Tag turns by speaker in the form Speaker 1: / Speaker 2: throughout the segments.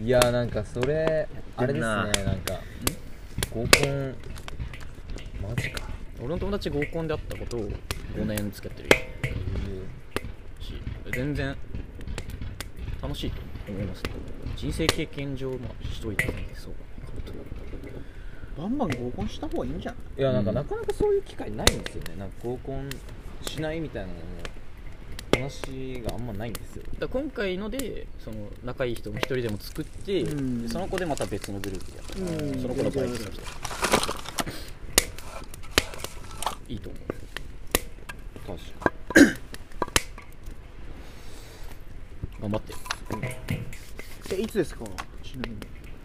Speaker 1: いやーなんかそれあ
Speaker 2: や
Speaker 1: れ
Speaker 2: っ
Speaker 1: です
Speaker 2: て
Speaker 1: ね
Speaker 2: ん
Speaker 1: な
Speaker 2: なん
Speaker 1: か合コンマジか
Speaker 2: 俺の友達合コンで会ったことを5年付き合ってるし全然楽しいと思います人生経験上まあしといたのでそう
Speaker 3: バンバン合コンした方がいいんじゃない
Speaker 1: いやなんか
Speaker 2: うん
Speaker 1: なかなかそういう機会ないんですよねなんか合コンしないみたいなのも話があんまないんですよ
Speaker 2: だから今回のでその仲いい人も一人でも作って、
Speaker 3: うん
Speaker 2: でその子でまた別のグループでやった、
Speaker 3: うん
Speaker 2: その子のバイトの人いいと思う
Speaker 1: 確
Speaker 2: 頑張って
Speaker 3: えいつですかちなみに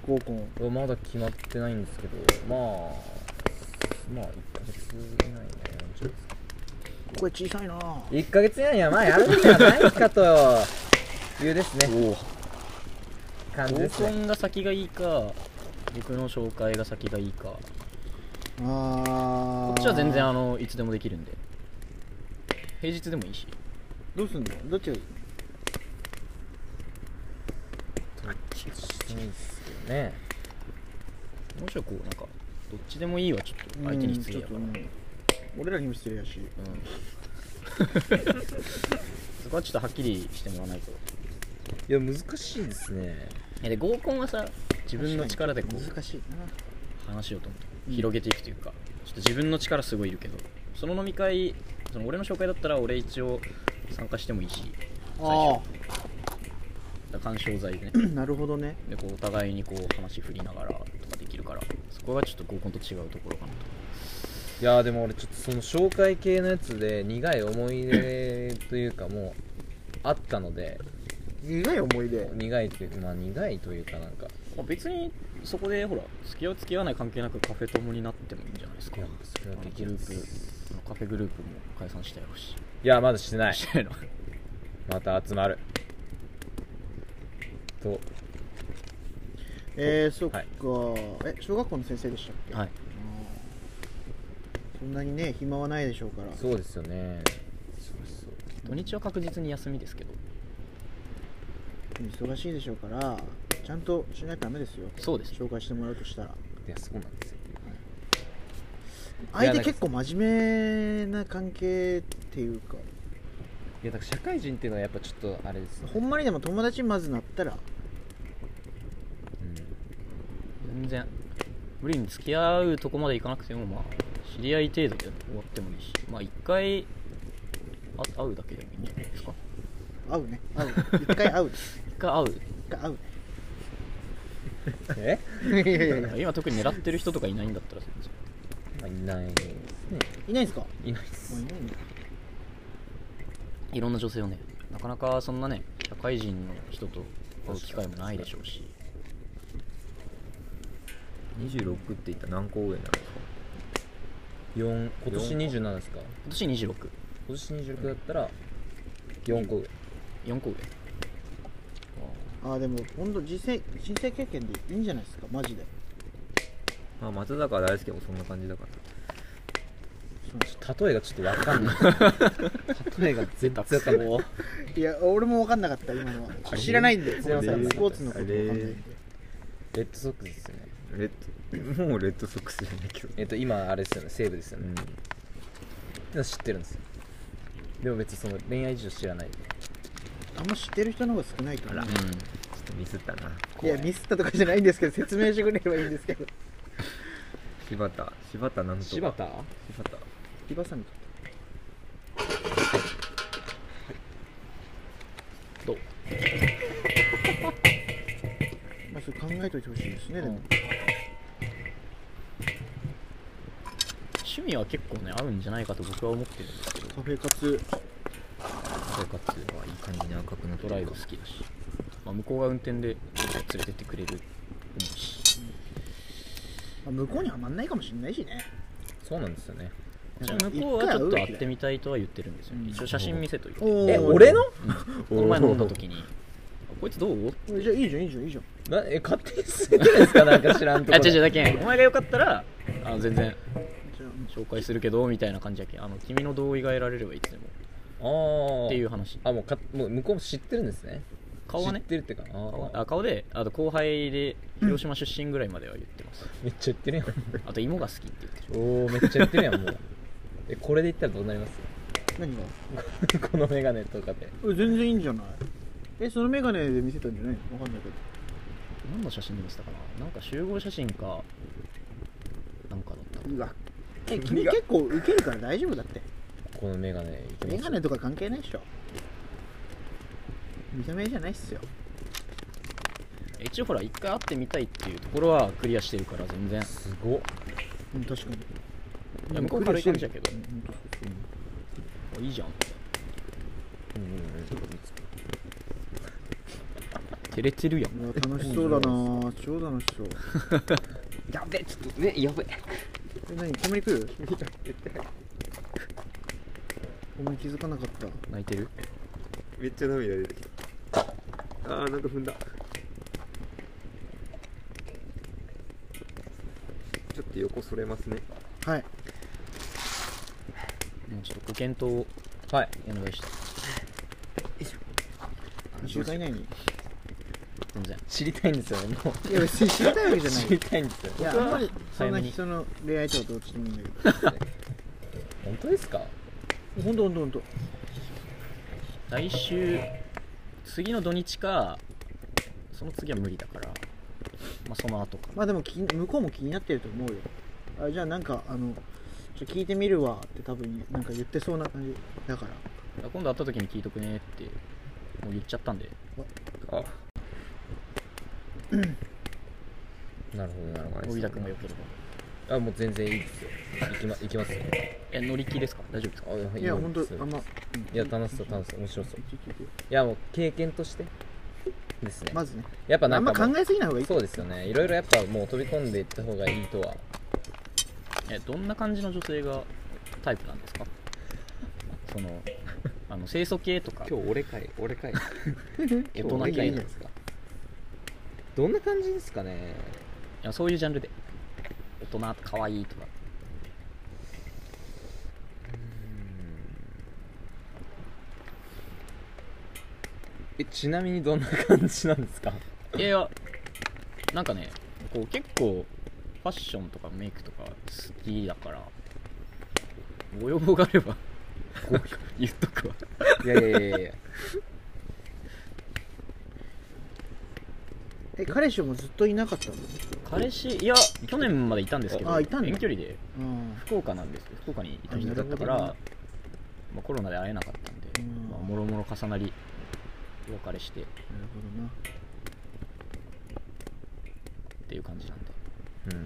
Speaker 3: 合コン
Speaker 1: かにまだ決まってないんですけどまあまあ1ヶ月以内じゃないですか
Speaker 3: これ小さいなぁ
Speaker 1: 1ヶ月以内にはまあやるんじゃないかというですね
Speaker 2: おお
Speaker 1: 感じ
Speaker 2: 合
Speaker 1: です
Speaker 2: コ
Speaker 1: ね
Speaker 2: ンが先がいいか僕の紹介が先がいいか
Speaker 3: あ
Speaker 2: こ
Speaker 3: ー
Speaker 2: っちは全然あのいつでもできるんで平日でもいいし
Speaker 3: どうすんのどっちがいい
Speaker 1: どっちでもいいですけどね
Speaker 2: もうちょいこうなんかどっちでもいいはちょっと相手に失礼だから、
Speaker 3: うんちょっとうん俺らにも失礼やし
Speaker 2: うん そこはちょっとはっきりしてもらわないと
Speaker 1: いや難しいですね
Speaker 2: えで合コンはさ自分の力でこ
Speaker 3: 難
Speaker 2: う
Speaker 3: しいな
Speaker 2: 話しようと思って
Speaker 3: うん
Speaker 2: 広げていくというか、ちょっと自分の力すごいいるけどその飲み会その俺の紹介だったら俺一応参加してもいいし
Speaker 3: あ
Speaker 2: だから緩衝材でね
Speaker 3: あ なるほどね
Speaker 2: でこうお互いにこう話振りながらとかできるからそこがちょっと合コンと違うところかなと
Speaker 1: いやーでも俺ちょっとその紹介系のやつで苦い思い出というかもうあったので
Speaker 3: 苦い思い出
Speaker 1: 苦いというかまあ苦いというかなんか
Speaker 2: まあ別にそこでほら付き合う付き合わない関係なくカフェ友になってもいいんじゃないですか
Speaker 1: いやそれはできる
Speaker 2: あのグループあのカフェグループも解散したやろうし
Speaker 1: いやまだしてない
Speaker 2: してないの
Speaker 1: また集まると
Speaker 3: えー、そっか、
Speaker 1: はい
Speaker 3: え小学校の先生でしたっけ
Speaker 2: は
Speaker 3: あー
Speaker 2: い
Speaker 3: そんなにね暇はないでしょうから
Speaker 1: そうですよねそうそう
Speaker 2: 土日は確実に休みですけど
Speaker 3: 忙しいでしょうからちゃんとしないとダメですよ
Speaker 2: そうです
Speaker 3: 紹介してもらうとしたら
Speaker 1: いやそうなんですよ
Speaker 3: 相
Speaker 1: なん
Speaker 3: 手
Speaker 1: か
Speaker 3: 結構真面目な関係っていうか
Speaker 1: いやだから社会人っていうのはやっぱちょっとあれですね
Speaker 3: ほんまにでも友達にまずなった
Speaker 1: う
Speaker 3: ら
Speaker 1: ん
Speaker 2: 全然無理に付き合うとこまでいかなくてもまあ知り合い程度で終わってもいいしまあ一回あ会うだけでもいいんじゃないですか
Speaker 3: 会うね会う 一回会う
Speaker 2: 一回会う
Speaker 3: 一回会う
Speaker 1: え
Speaker 3: ねいやいやいや
Speaker 2: 今特に狙ってる人とかいないんだったら全然
Speaker 1: まあいないですね
Speaker 3: いないんすかも
Speaker 1: いないで
Speaker 3: う
Speaker 1: す
Speaker 3: いないんだ
Speaker 2: いろんな女性をねなかなかそんなね社会人の人と会う機会もないでしょうし
Speaker 4: 26って言ったら何個上なんですか
Speaker 1: 4今年27ですか
Speaker 2: 今年264
Speaker 1: 今年26だったら4個上
Speaker 2: 個上
Speaker 3: あーでも本当人生人生経験でいいんじゃないですかマジで
Speaker 4: まあ松坂大輔もそんな感じだから
Speaker 3: そう
Speaker 1: 例えがちょっとわかんない例えが全然わかんない
Speaker 3: いや俺も分かんなかった今のは知らないんでごめんなさいスポーツのこと分かんないんで
Speaker 1: レッドソックスですよね
Speaker 4: レッドもうレッドソックスじゃないけど、
Speaker 1: えっと今あれですよね西武ですよ
Speaker 4: う
Speaker 1: ね、
Speaker 4: ん、
Speaker 1: 知ってるんですよでも別にその恋愛事情知らない
Speaker 3: あんま知ってる人の方が少ないから
Speaker 4: あ
Speaker 2: うん
Speaker 4: ちょっとミスったない
Speaker 3: やミスったとかじゃないんですけど説明してくれればいいんですけど
Speaker 4: 柴田柴田なんとか
Speaker 1: 柴田
Speaker 4: 柴田
Speaker 3: リバさん
Speaker 2: どう
Speaker 3: まあそれ考えといてほしいですね、でも
Speaker 2: 趣味は結構ね合うんじゃないかと僕は思ってるんですけど
Speaker 3: カフェ活
Speaker 4: 生活はいい感じに赤くなって
Speaker 2: ド
Speaker 4: るか
Speaker 2: ライブ好きだし、まあ、向こうが運転で連れてってくれるし
Speaker 3: まあ向こうにはまんないかもしれないしね
Speaker 1: そうなんですよね
Speaker 3: なんか
Speaker 2: 向こうはちょ
Speaker 3: 一回会
Speaker 2: っと
Speaker 3: うべ
Speaker 2: 会
Speaker 3: き
Speaker 2: っ
Speaker 3: だ
Speaker 2: てみたいとは言ってるんですよ、
Speaker 3: うん
Speaker 2: 一応写真見せといて
Speaker 3: おー
Speaker 2: で
Speaker 1: え俺の
Speaker 2: この前飲んだ時に「こいつどう?」
Speaker 3: じゃあいいじゃんいいじゃんいいじゃん
Speaker 1: なえ勝手にするんですかなんか知らんと
Speaker 2: あ
Speaker 1: こ
Speaker 2: 違う違う
Speaker 1: う
Speaker 2: だけんお前がよかったらあの全然
Speaker 3: じゃ
Speaker 2: 紹介するけどみたいな感じやけんあの君の同意が得られればいつでも
Speaker 1: ああ
Speaker 2: っていう話
Speaker 1: あもうかもう向こうも知ってるんですね
Speaker 2: 顔はね
Speaker 1: 知ってるってかあ
Speaker 2: 顔
Speaker 1: ー
Speaker 2: あ顔であと後輩で広島出身ぐらいまでは言ってます
Speaker 1: めっちゃ言ってるやん
Speaker 2: あと芋が好きって言ってる
Speaker 1: おおめっちゃ言ってるやんもうえこれで言ったらどうなります
Speaker 3: 何が
Speaker 1: このメガネとかで
Speaker 3: え全然いいんじゃないえそのメガネで見せたんじゃないのわかんないけど
Speaker 2: 何の写真で見せたかななんか集合写真かなんかだった
Speaker 3: うわえ君結構ウケるから大丈夫だって
Speaker 1: このメガネいきましょ
Speaker 3: メ
Speaker 1: う
Speaker 3: ガネとか関係ないでしょ見た目じゃないっすよ
Speaker 2: 一応ほら一回会ってみたいっていうところはクリアしてるから全然
Speaker 1: すごっ
Speaker 3: うん確かに
Speaker 2: いや向こう軽い感じだけど
Speaker 3: うんうん
Speaker 2: あいいじゃん
Speaker 1: うんうんうん
Speaker 2: 照れてるやん
Speaker 3: うわ楽しそうだなぁ超楽しそう
Speaker 4: やべちょっとねやべ
Speaker 3: え何煙来るごめん気づかなかった
Speaker 2: 泣いてる
Speaker 4: めっちゃ涙出てきたあーなんか踏んだちょっと横それますね
Speaker 3: はい
Speaker 2: もうちょっとご検討を
Speaker 1: はい
Speaker 2: お願いして
Speaker 3: 2週間以内に
Speaker 2: 全然
Speaker 1: 知りたいんですよも う
Speaker 3: いや別に知りたいわけじゃない
Speaker 1: 知りたいんですよ
Speaker 3: いやあんまりそん
Speaker 2: 早め
Speaker 3: な
Speaker 2: に
Speaker 3: 人の恋愛とかどうしてもいいんだけ
Speaker 1: 本当ですか
Speaker 3: どほんとほんとほんと
Speaker 2: 来週次の土日かその次は無理だからまあその後か
Speaker 3: まあでも気に向こうも気になってると思うよあじゃあなんかあのちょっと聞いてみるわって多分なんか言ってそうな感じだから
Speaker 2: 今度会った時に聞いとくねってもう言っちゃったんで
Speaker 4: あ
Speaker 1: なるほどなるほ
Speaker 2: 森田君がよけれ
Speaker 1: どあもう全然いいですよいきまいきますよ
Speaker 2: ばえ乗り気ですか大丈夫ですか
Speaker 1: あいや
Speaker 3: いや
Speaker 1: いい
Speaker 3: ほんと
Speaker 1: です
Speaker 3: あんま
Speaker 1: いや楽しそう楽しそう面白そういやもう経験としてですね
Speaker 3: まずね
Speaker 1: やっぱ
Speaker 3: あ
Speaker 1: なんん
Speaker 3: ま
Speaker 1: かもう
Speaker 3: 考えすぎない方がいい
Speaker 1: そうですよねいろいろやっぱもう飛び込んでいった方がいいとは
Speaker 2: えどんな感じの女性がタイプなんですかそのあの清楚系とか
Speaker 4: 今日俺かい 俺かい
Speaker 2: 大
Speaker 4: 今日
Speaker 2: 人
Speaker 4: 俺がい
Speaker 2: 系
Speaker 4: いん
Speaker 2: とか
Speaker 4: じゃないですかどんな感じですかね
Speaker 2: いやそういうジャンルで大人可愛いとか
Speaker 1: えちなみにどんな感じなんですか
Speaker 2: いやいやなんかねこう結構ファッションとかメイクとか好きだからご要望があれば言っとくわ
Speaker 4: いやいやいやいや
Speaker 3: え彼氏もずっといなかったの
Speaker 2: 彼氏いや去年までいたんですけど
Speaker 3: あいたんだ
Speaker 2: 遠距離で
Speaker 3: うん
Speaker 2: 福岡なんですけど福岡にいた人だったか
Speaker 3: あ
Speaker 2: ら、
Speaker 3: なるほどね
Speaker 2: まあ、コロナで会えなかったんで
Speaker 3: うん
Speaker 2: まあもろもろ重なりお別れしてっ
Speaker 3: なるほどな
Speaker 2: ていう感じなんで
Speaker 1: うんい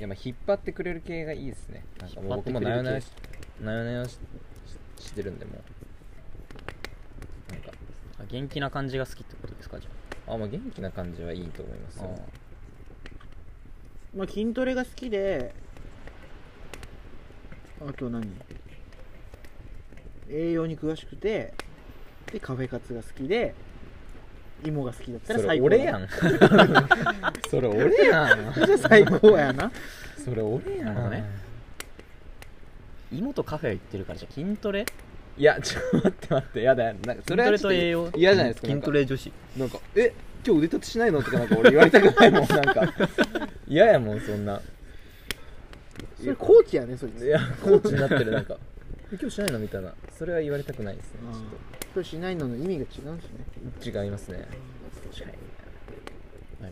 Speaker 1: やまあ引っ張ってくれる系がいいですねなんかもう僕もなよなよしなよなよしししてるんでもうなんか
Speaker 2: あ元気な感じが好きってことですかじゃ
Speaker 1: あまあ元気な感じはいいと思います
Speaker 2: あ
Speaker 1: よ
Speaker 3: まあ、筋トレが好きであと何栄養に詳しくてでカフェカツが好きで芋が好きだった
Speaker 1: そ
Speaker 3: ら
Speaker 1: れ
Speaker 3: 最高
Speaker 1: 俺やんそれ俺やん
Speaker 3: じゃあ 最高やな
Speaker 1: それ俺や
Speaker 2: なるほど
Speaker 1: ん
Speaker 2: ね妹カフェ行ってるからじゃあ筋トレ
Speaker 1: いやちょっと待って待ってやだやだなんかそれ
Speaker 2: 筋ト
Speaker 1: はちょ
Speaker 2: レと
Speaker 1: っと
Speaker 2: 栄養
Speaker 1: 嫌じゃないですかなん
Speaker 4: 筋
Speaker 1: か
Speaker 4: トレ女子
Speaker 1: なんか「え今日腕立てしないの?」とかなんか俺言われたくないも んなんか嫌やもんそんな
Speaker 3: それコーチやねそい
Speaker 1: い
Speaker 3: つ
Speaker 1: やコーチになってるなんか「え今日しないの?」みたいなそれは言われたくないですね
Speaker 3: ああそれしないのの意味が違うんですね
Speaker 1: ちょっと違いますね
Speaker 3: 確か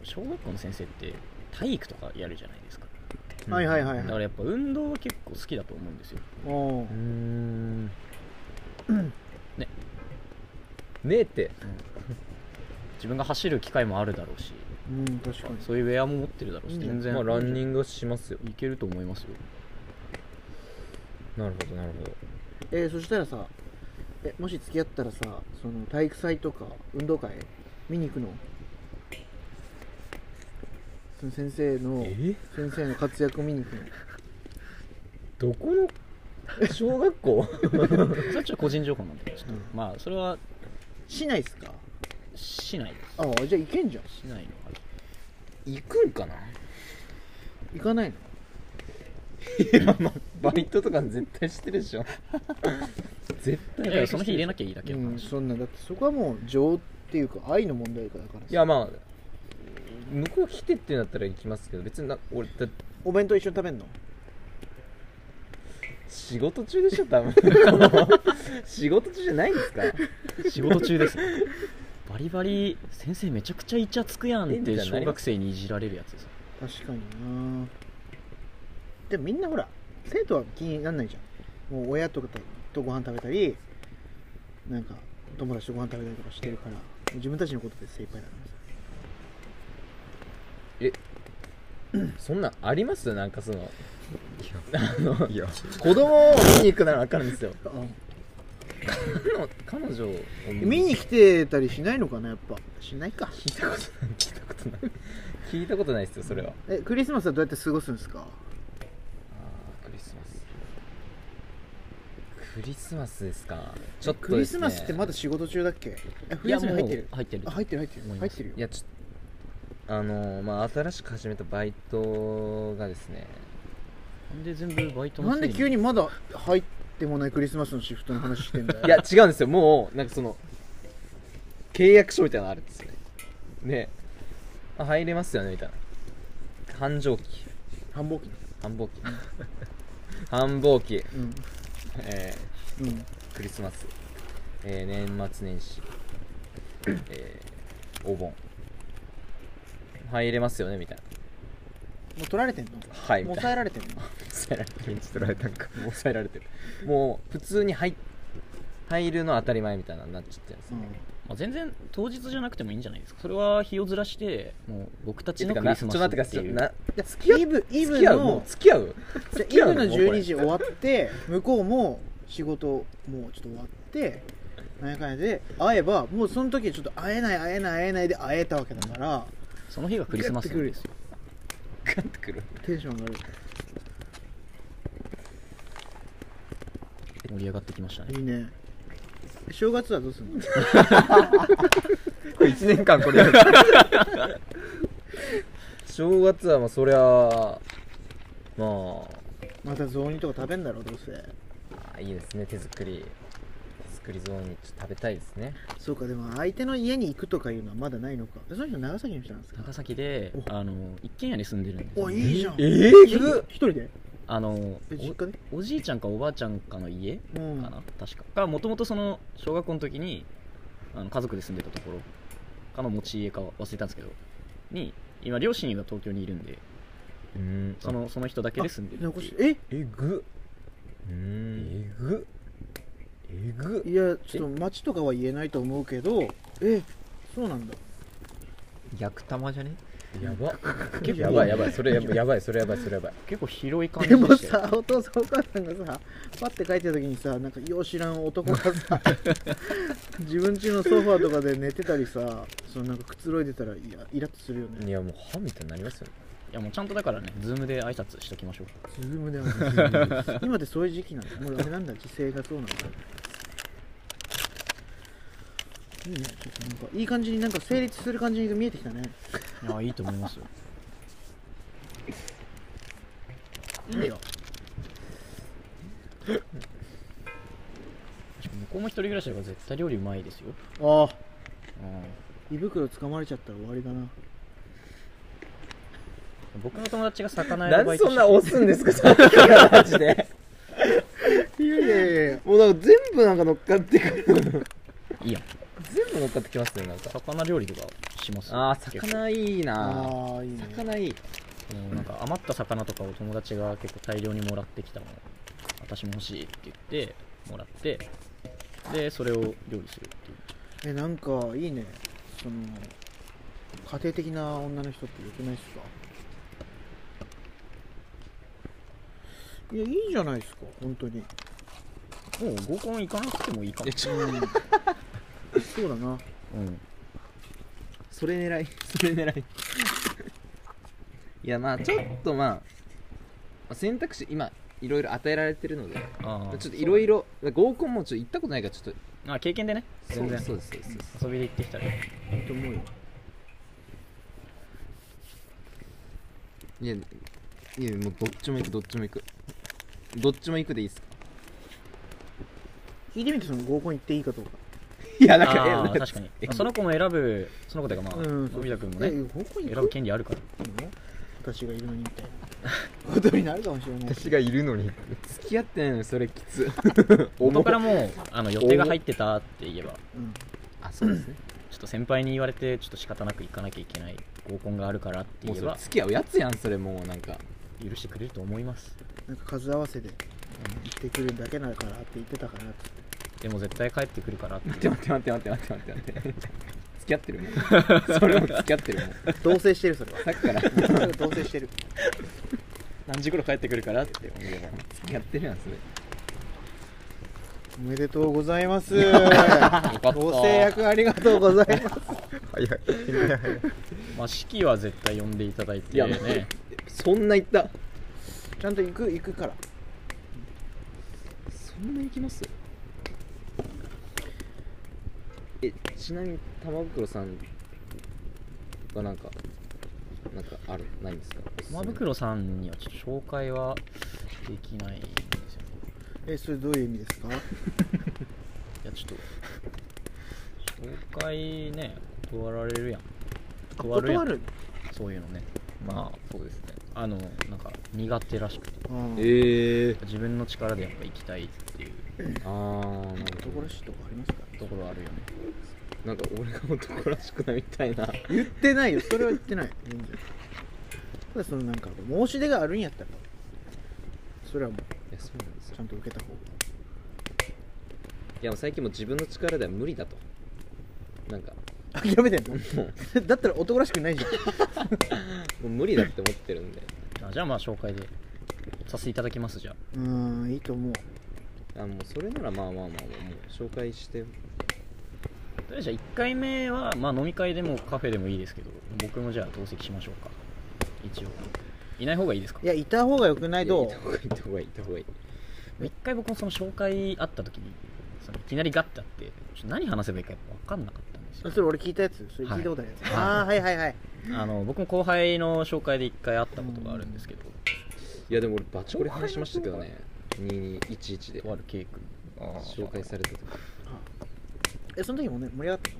Speaker 2: 小学校の先生って体育とかやるじゃないですか
Speaker 1: うん
Speaker 3: はいはいはい
Speaker 2: だ
Speaker 3: は
Speaker 2: か
Speaker 3: い
Speaker 2: らやっぱ運動は結構好きだと思うんですよ
Speaker 3: おう
Speaker 1: うーん
Speaker 2: ね
Speaker 1: ねえって
Speaker 2: 自分が走る機会もあるだろうし
Speaker 3: うん確かに
Speaker 2: そういうウェアも持ってるだろうし
Speaker 3: うん
Speaker 2: 全然、
Speaker 1: まあランニ
Speaker 2: グ
Speaker 1: ングはしますよ
Speaker 2: いけると思いますよ
Speaker 1: なるほどなるほど
Speaker 3: えーそしたらさえもし付き合ったらさその体育祭とか運動会見に行くのその先生の
Speaker 1: え
Speaker 3: 先生の活躍を見に行くの
Speaker 1: どこのえ小学校
Speaker 2: それはちょっと個人情報なんでちょっと、まあそれは
Speaker 3: しないっすか
Speaker 2: しないです
Speaker 3: ああじゃあ行けんじゃん
Speaker 2: しないのかな
Speaker 1: 行くんかな
Speaker 3: 行かないの
Speaker 1: いや、まあ、バイトとか絶対してるでしょ。 絶対
Speaker 2: い
Speaker 1: バイ
Speaker 2: や
Speaker 1: ト
Speaker 2: その日入れなきゃいいだけの
Speaker 3: うん、
Speaker 2: 話、
Speaker 3: そんなだってそこはもう情っていうか愛の問題だからさ
Speaker 1: いや、まあ、向こう来てってなったら行きますけど、別にな、俺、だって
Speaker 3: お弁当一緒に食べんの
Speaker 1: 仕事中でしょ、多 分。仕事中じゃないんですか
Speaker 2: 仕事中ですバリバリ先生めちゃくちゃイチャつくやんって小学生にいじられるやつです
Speaker 3: 確かになでもみんなほら生徒は気になんないじゃんもう親とかとご飯食べたりなんかお友達とご飯食べたりとかしてるから自分たちのことで精一杯だからさ
Speaker 1: そんなんありますなんかその、あの、
Speaker 4: いや
Speaker 1: 子供を見に行くなら分かるんですよ。彼女を
Speaker 3: 見に来てたりしないのかなやっぱしないか
Speaker 1: 聞いたことない聞いたことない聞いたことないですよそれは
Speaker 3: えクリスマスはどうやって過ごすんですか
Speaker 1: クリスマスクリスマスですかちょっとです、ね、
Speaker 3: クリスマスってまだ仕事中だっけえ冬休み入ってる
Speaker 2: 入ってる
Speaker 3: あ入ってる入って
Speaker 2: 思
Speaker 3: る入
Speaker 2: いま
Speaker 3: っ
Speaker 2: す
Speaker 3: てるよ
Speaker 1: いやちょあのーまあ新しく始めたバイトがですね
Speaker 2: なんで全部バイトの
Speaker 3: なんで急
Speaker 2: に
Speaker 3: にまだ入ってもないクリスマスのシフトの話してんだよ
Speaker 1: いや違うんですよもうなんかその契約書みたいなのあるんですよねであ入れますよねみたいな繁盛期
Speaker 3: 繁忙期
Speaker 1: 繁忙期繁忙期
Speaker 3: うん
Speaker 1: えー
Speaker 3: うん
Speaker 1: クリスマス、えー年末年始、えーお盆入れますよねみたいな
Speaker 3: もう取られてんの
Speaker 1: はい
Speaker 3: も
Speaker 1: み
Speaker 3: う
Speaker 1: たいな
Speaker 3: 抑えられてんの
Speaker 1: 抑えられてる
Speaker 4: 現地捉えたんか
Speaker 1: 抑えられてるもう普通に入入るの当たり前みたいなのになっちゃってるんですね、
Speaker 2: まあ、全然当日じゃなくてもいいんじゃないですかそれは日をずらしてもう僕たち
Speaker 1: えて
Speaker 2: の
Speaker 1: か
Speaker 2: ク
Speaker 1: な
Speaker 2: リ
Speaker 1: ち
Speaker 2: ス
Speaker 1: ょっ
Speaker 2: マ
Speaker 1: と
Speaker 2: ス
Speaker 1: 待
Speaker 2: っ
Speaker 1: ってくだ
Speaker 2: て
Speaker 1: さい
Speaker 2: いう
Speaker 1: な
Speaker 3: 付き合イブイブ
Speaker 1: 付き合うも
Speaker 3: の
Speaker 1: う付き合う
Speaker 3: じゃ
Speaker 1: 付き合
Speaker 3: あイ
Speaker 1: う
Speaker 3: ブ
Speaker 1: のも
Speaker 3: の
Speaker 1: うこれ
Speaker 3: 12時終わって向こうも仕事もうちょっと終わってなんやかんやで会えばもうその時ちょっと会えない会えない会えないで会えたわけだから
Speaker 2: その日がクリスマスなんですよ
Speaker 1: ガッてくる
Speaker 3: テンション上がる
Speaker 2: 盛り上がってきましたね
Speaker 3: いいね正月はどうするの
Speaker 4: これ1年間これやる
Speaker 1: 正月はまあそりゃあま
Speaker 3: また雑煮とか食べんだろどうせ
Speaker 1: あいいですね手作り手作りゾーンにちょっと食べたいですね
Speaker 3: そうかでも相手の家に行くとかいうのはまだないのかその人長崎の人なんですか
Speaker 2: 長崎で
Speaker 3: お
Speaker 2: あの一軒家に住んでるんですよ
Speaker 3: おいいじゃん
Speaker 1: え
Speaker 3: え
Speaker 1: ー
Speaker 3: 一人で
Speaker 2: あの
Speaker 3: え実家で
Speaker 2: おおじいちゃんかおばあちゃんかの家
Speaker 3: う
Speaker 2: か
Speaker 3: ん
Speaker 2: な、確かがもともとその小学校の時にあの家族で住んでたところかの持ち家か忘れたんですけどに今両親が東京にいるんで
Speaker 1: うん
Speaker 2: そのその人だけで住んでるって
Speaker 3: 残
Speaker 2: い
Speaker 3: し
Speaker 2: う
Speaker 3: え
Speaker 1: えぐ
Speaker 4: うん
Speaker 1: えぐえぐ
Speaker 3: いやちょっと町とかは言えないと思うけどえそうなんだ
Speaker 4: 逆玉じゃね
Speaker 1: やば
Speaker 2: 結構
Speaker 1: やばいやばいそれやばいやばいそれやばいそれやばい
Speaker 2: 結構広い感じ
Speaker 3: でも
Speaker 2: でしたよ
Speaker 3: さお父さんお母さんがさパッて帰ってた時にさなんかよう知らん男が さ自分家のソファーとかで寝てたりさそのなんかくつろいでたらいやイラッとするよね
Speaker 1: いやもう歯みたいになりますよね
Speaker 2: いやもうちゃんとだからねズームで挨拶しときましょう
Speaker 3: ズームで話 す今ってそういう時期なんだもうあれなんだ時勢がそうなんだいいねちょっとなんかいい感じになんか成立する感じに見えてきたね
Speaker 2: いやいいと思いますよ
Speaker 3: いいねよ
Speaker 2: しかも向こうも一人暮らしだから絶対料理うまいですよ、
Speaker 3: ああ
Speaker 2: う、
Speaker 3: 胃袋掴まれちゃったら終わりだなん
Speaker 2: 僕の友達が魚屋
Speaker 1: な
Speaker 2: で
Speaker 1: ん
Speaker 2: バ
Speaker 1: で
Speaker 2: イト
Speaker 1: そ
Speaker 2: して
Speaker 1: んな押すんですかさっきからマジで
Speaker 3: いやいやいやいや
Speaker 1: もうなんか全部なんか乗っかってくる
Speaker 2: いいやん
Speaker 1: 全部乗っかってきますねなんか
Speaker 2: 魚料理とかしますよ
Speaker 1: あー
Speaker 2: 結構
Speaker 1: 魚いいな
Speaker 3: ああいいね
Speaker 1: 魚いい
Speaker 2: もうなんか余った魚とかを友達が結構大量にもらってきたのを私も欲しいって言ってもらってでそれを料理するってい
Speaker 3: え
Speaker 2: う
Speaker 3: なんかいいねその家庭的な女の人ってよくないっすかいやいいじゃないですか本当に
Speaker 2: もう合コン行かなくてもいいかも
Speaker 1: いや、ちょ
Speaker 3: そうだな
Speaker 2: うん、
Speaker 1: それ狙いそれ狙いいやまあちょっとまあまあ選択肢今いろいろ与えられてるので
Speaker 2: あ
Speaker 1: ちょっといろい
Speaker 2: ろ
Speaker 1: ろ合コンもちょっと行ったことないからちょっと
Speaker 2: あ経験でね全然
Speaker 1: そうですそうですそうです
Speaker 2: 遊びで行ってき たら
Speaker 3: いいと思うよ
Speaker 1: いやいやもうどっちも行くどっちも行くどっちも行くでいいっすか
Speaker 3: 聞いてみてその合コン行っていいかどうか
Speaker 1: いやだからいや
Speaker 2: あ
Speaker 1: だ
Speaker 2: ー
Speaker 1: から
Speaker 2: 確かにまあその子も選ぶその子というかま
Speaker 3: う
Speaker 2: あ
Speaker 3: ん
Speaker 2: のび太くんも
Speaker 3: え
Speaker 2: ね
Speaker 3: 合コン
Speaker 2: 選
Speaker 3: 行く
Speaker 2: ぶ権利あるから
Speaker 3: の私がいるのにみたいなことになるかもしれない
Speaker 4: 私がいるのに
Speaker 1: 付き合ってないのにそれき つ
Speaker 2: 元からもうあの予定が入ってたって言えば
Speaker 3: うん
Speaker 1: あそうですね
Speaker 2: ちょっと先輩に言われてちょっと仕方なく行かなきゃいけない合コンがあるからって
Speaker 1: もう
Speaker 2: 言え
Speaker 1: それ
Speaker 2: ば
Speaker 1: 付き合うやつやんそれもうなんか
Speaker 2: 許してくれると思います
Speaker 3: なんか数合わせであの行ってくるだけだからって言ってたからって
Speaker 2: でも絶対帰ってくるからって
Speaker 1: 待って待って待って待って待って待って待 って付き合ってるも うそれも付き合ってるもう
Speaker 3: 同棲してるそれは
Speaker 1: さっきから
Speaker 3: それは同棲してる
Speaker 2: 何時頃帰ってくるからって思えば
Speaker 1: 付き合ってるやんそれ
Speaker 3: おめでとうございます
Speaker 2: よかった
Speaker 3: ご制約ありがとうございます
Speaker 4: 早い早い早い
Speaker 2: まあ式は絶対呼んでいただいて
Speaker 1: いや
Speaker 2: ね
Speaker 1: そんな行った
Speaker 3: ちゃんと行く行くから
Speaker 1: そんな行きますえちなみに玉袋さんはなんかなんかあるないんですか
Speaker 2: 玉袋さんにはちょっと紹介はできないんですよね
Speaker 3: えそれどういう意味ですか
Speaker 2: いやちょっと紹介ね断られるやん
Speaker 3: あ
Speaker 2: 断るやん
Speaker 3: 断る
Speaker 2: そういうのねまあ
Speaker 4: そうですね
Speaker 2: あのなんか苦手らしくて
Speaker 3: うん
Speaker 1: ええ
Speaker 2: 自分の力でやっぱ行きたいっていう
Speaker 1: ー、ああなんか
Speaker 3: 男らしいとこありますか
Speaker 2: ところあるよね
Speaker 1: なんか俺が男らしくないみたいな
Speaker 3: 言ってないよそれは言ってない全然ただそのなんか申し出があるんやったらそれはもう
Speaker 1: いやそうなんですよ
Speaker 3: ちゃんと受けた方が
Speaker 1: いやもう最近もう自分の力では無理だとなんか
Speaker 3: 諦めてんの
Speaker 1: もうも
Speaker 3: だったら男らしくないじゃん
Speaker 1: う無理だって思ってるんで
Speaker 2: あじゃあまあ紹介でさせていただきますじゃあ
Speaker 3: うーんいいと思う
Speaker 1: あもうそれならまあまあまあまあもう紹介して
Speaker 2: とりあえずじゃあ1回目は、まあ、飲み会でもカフェでもいいですけど僕もじゃあ同席しましょうか一応いない方がいいですか
Speaker 3: いやいた方がよくないどう
Speaker 1: いや行った方がいい行った方がいい行っ
Speaker 2: 一回僕もその紹介あった時にそのいきなりガッてあってちょっと何話せばいいかやっぱ分かんなかったんです
Speaker 3: そ
Speaker 2: よ
Speaker 3: れ俺聞いたやつそれ聞いたことあるやつ、
Speaker 2: はい
Speaker 3: ああはいはいはい
Speaker 2: あの僕も後輩の紹介で一回会ったことがあるんですけど
Speaker 1: た方がいいいやでも俺バチコリ話しましたけどね2211で
Speaker 2: とある K 君
Speaker 4: ああ
Speaker 1: 紹介された時
Speaker 3: えその時もね盛り上がったの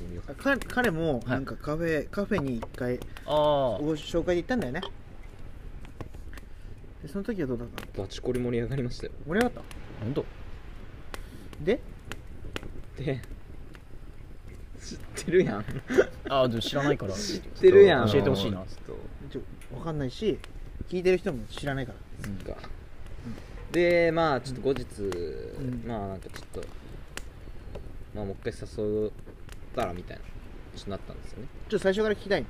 Speaker 1: うんうんよか
Speaker 3: あ
Speaker 1: っ
Speaker 3: か彼も
Speaker 2: い
Speaker 3: なんかカフェ、カフェに一回
Speaker 2: あ
Speaker 3: ご紹介で行ったんだよねでその時はどうだったの
Speaker 1: たバチコリ盛り上がりましたよ
Speaker 3: 盛り上がった
Speaker 2: あ本当
Speaker 3: で
Speaker 1: で知ってるやん
Speaker 2: あーでも知らないから
Speaker 1: 知ってるやん
Speaker 2: 教えてほしいな
Speaker 4: ちょっと
Speaker 3: ちょ分かんないし聞いてる人も知らないから
Speaker 1: そっかでまあちょっと後日、
Speaker 3: ん
Speaker 1: まあなんかちょっとまあもう一回誘ったらみたいなちょっとなったんですよね
Speaker 3: ちょっと最初から聞きたいの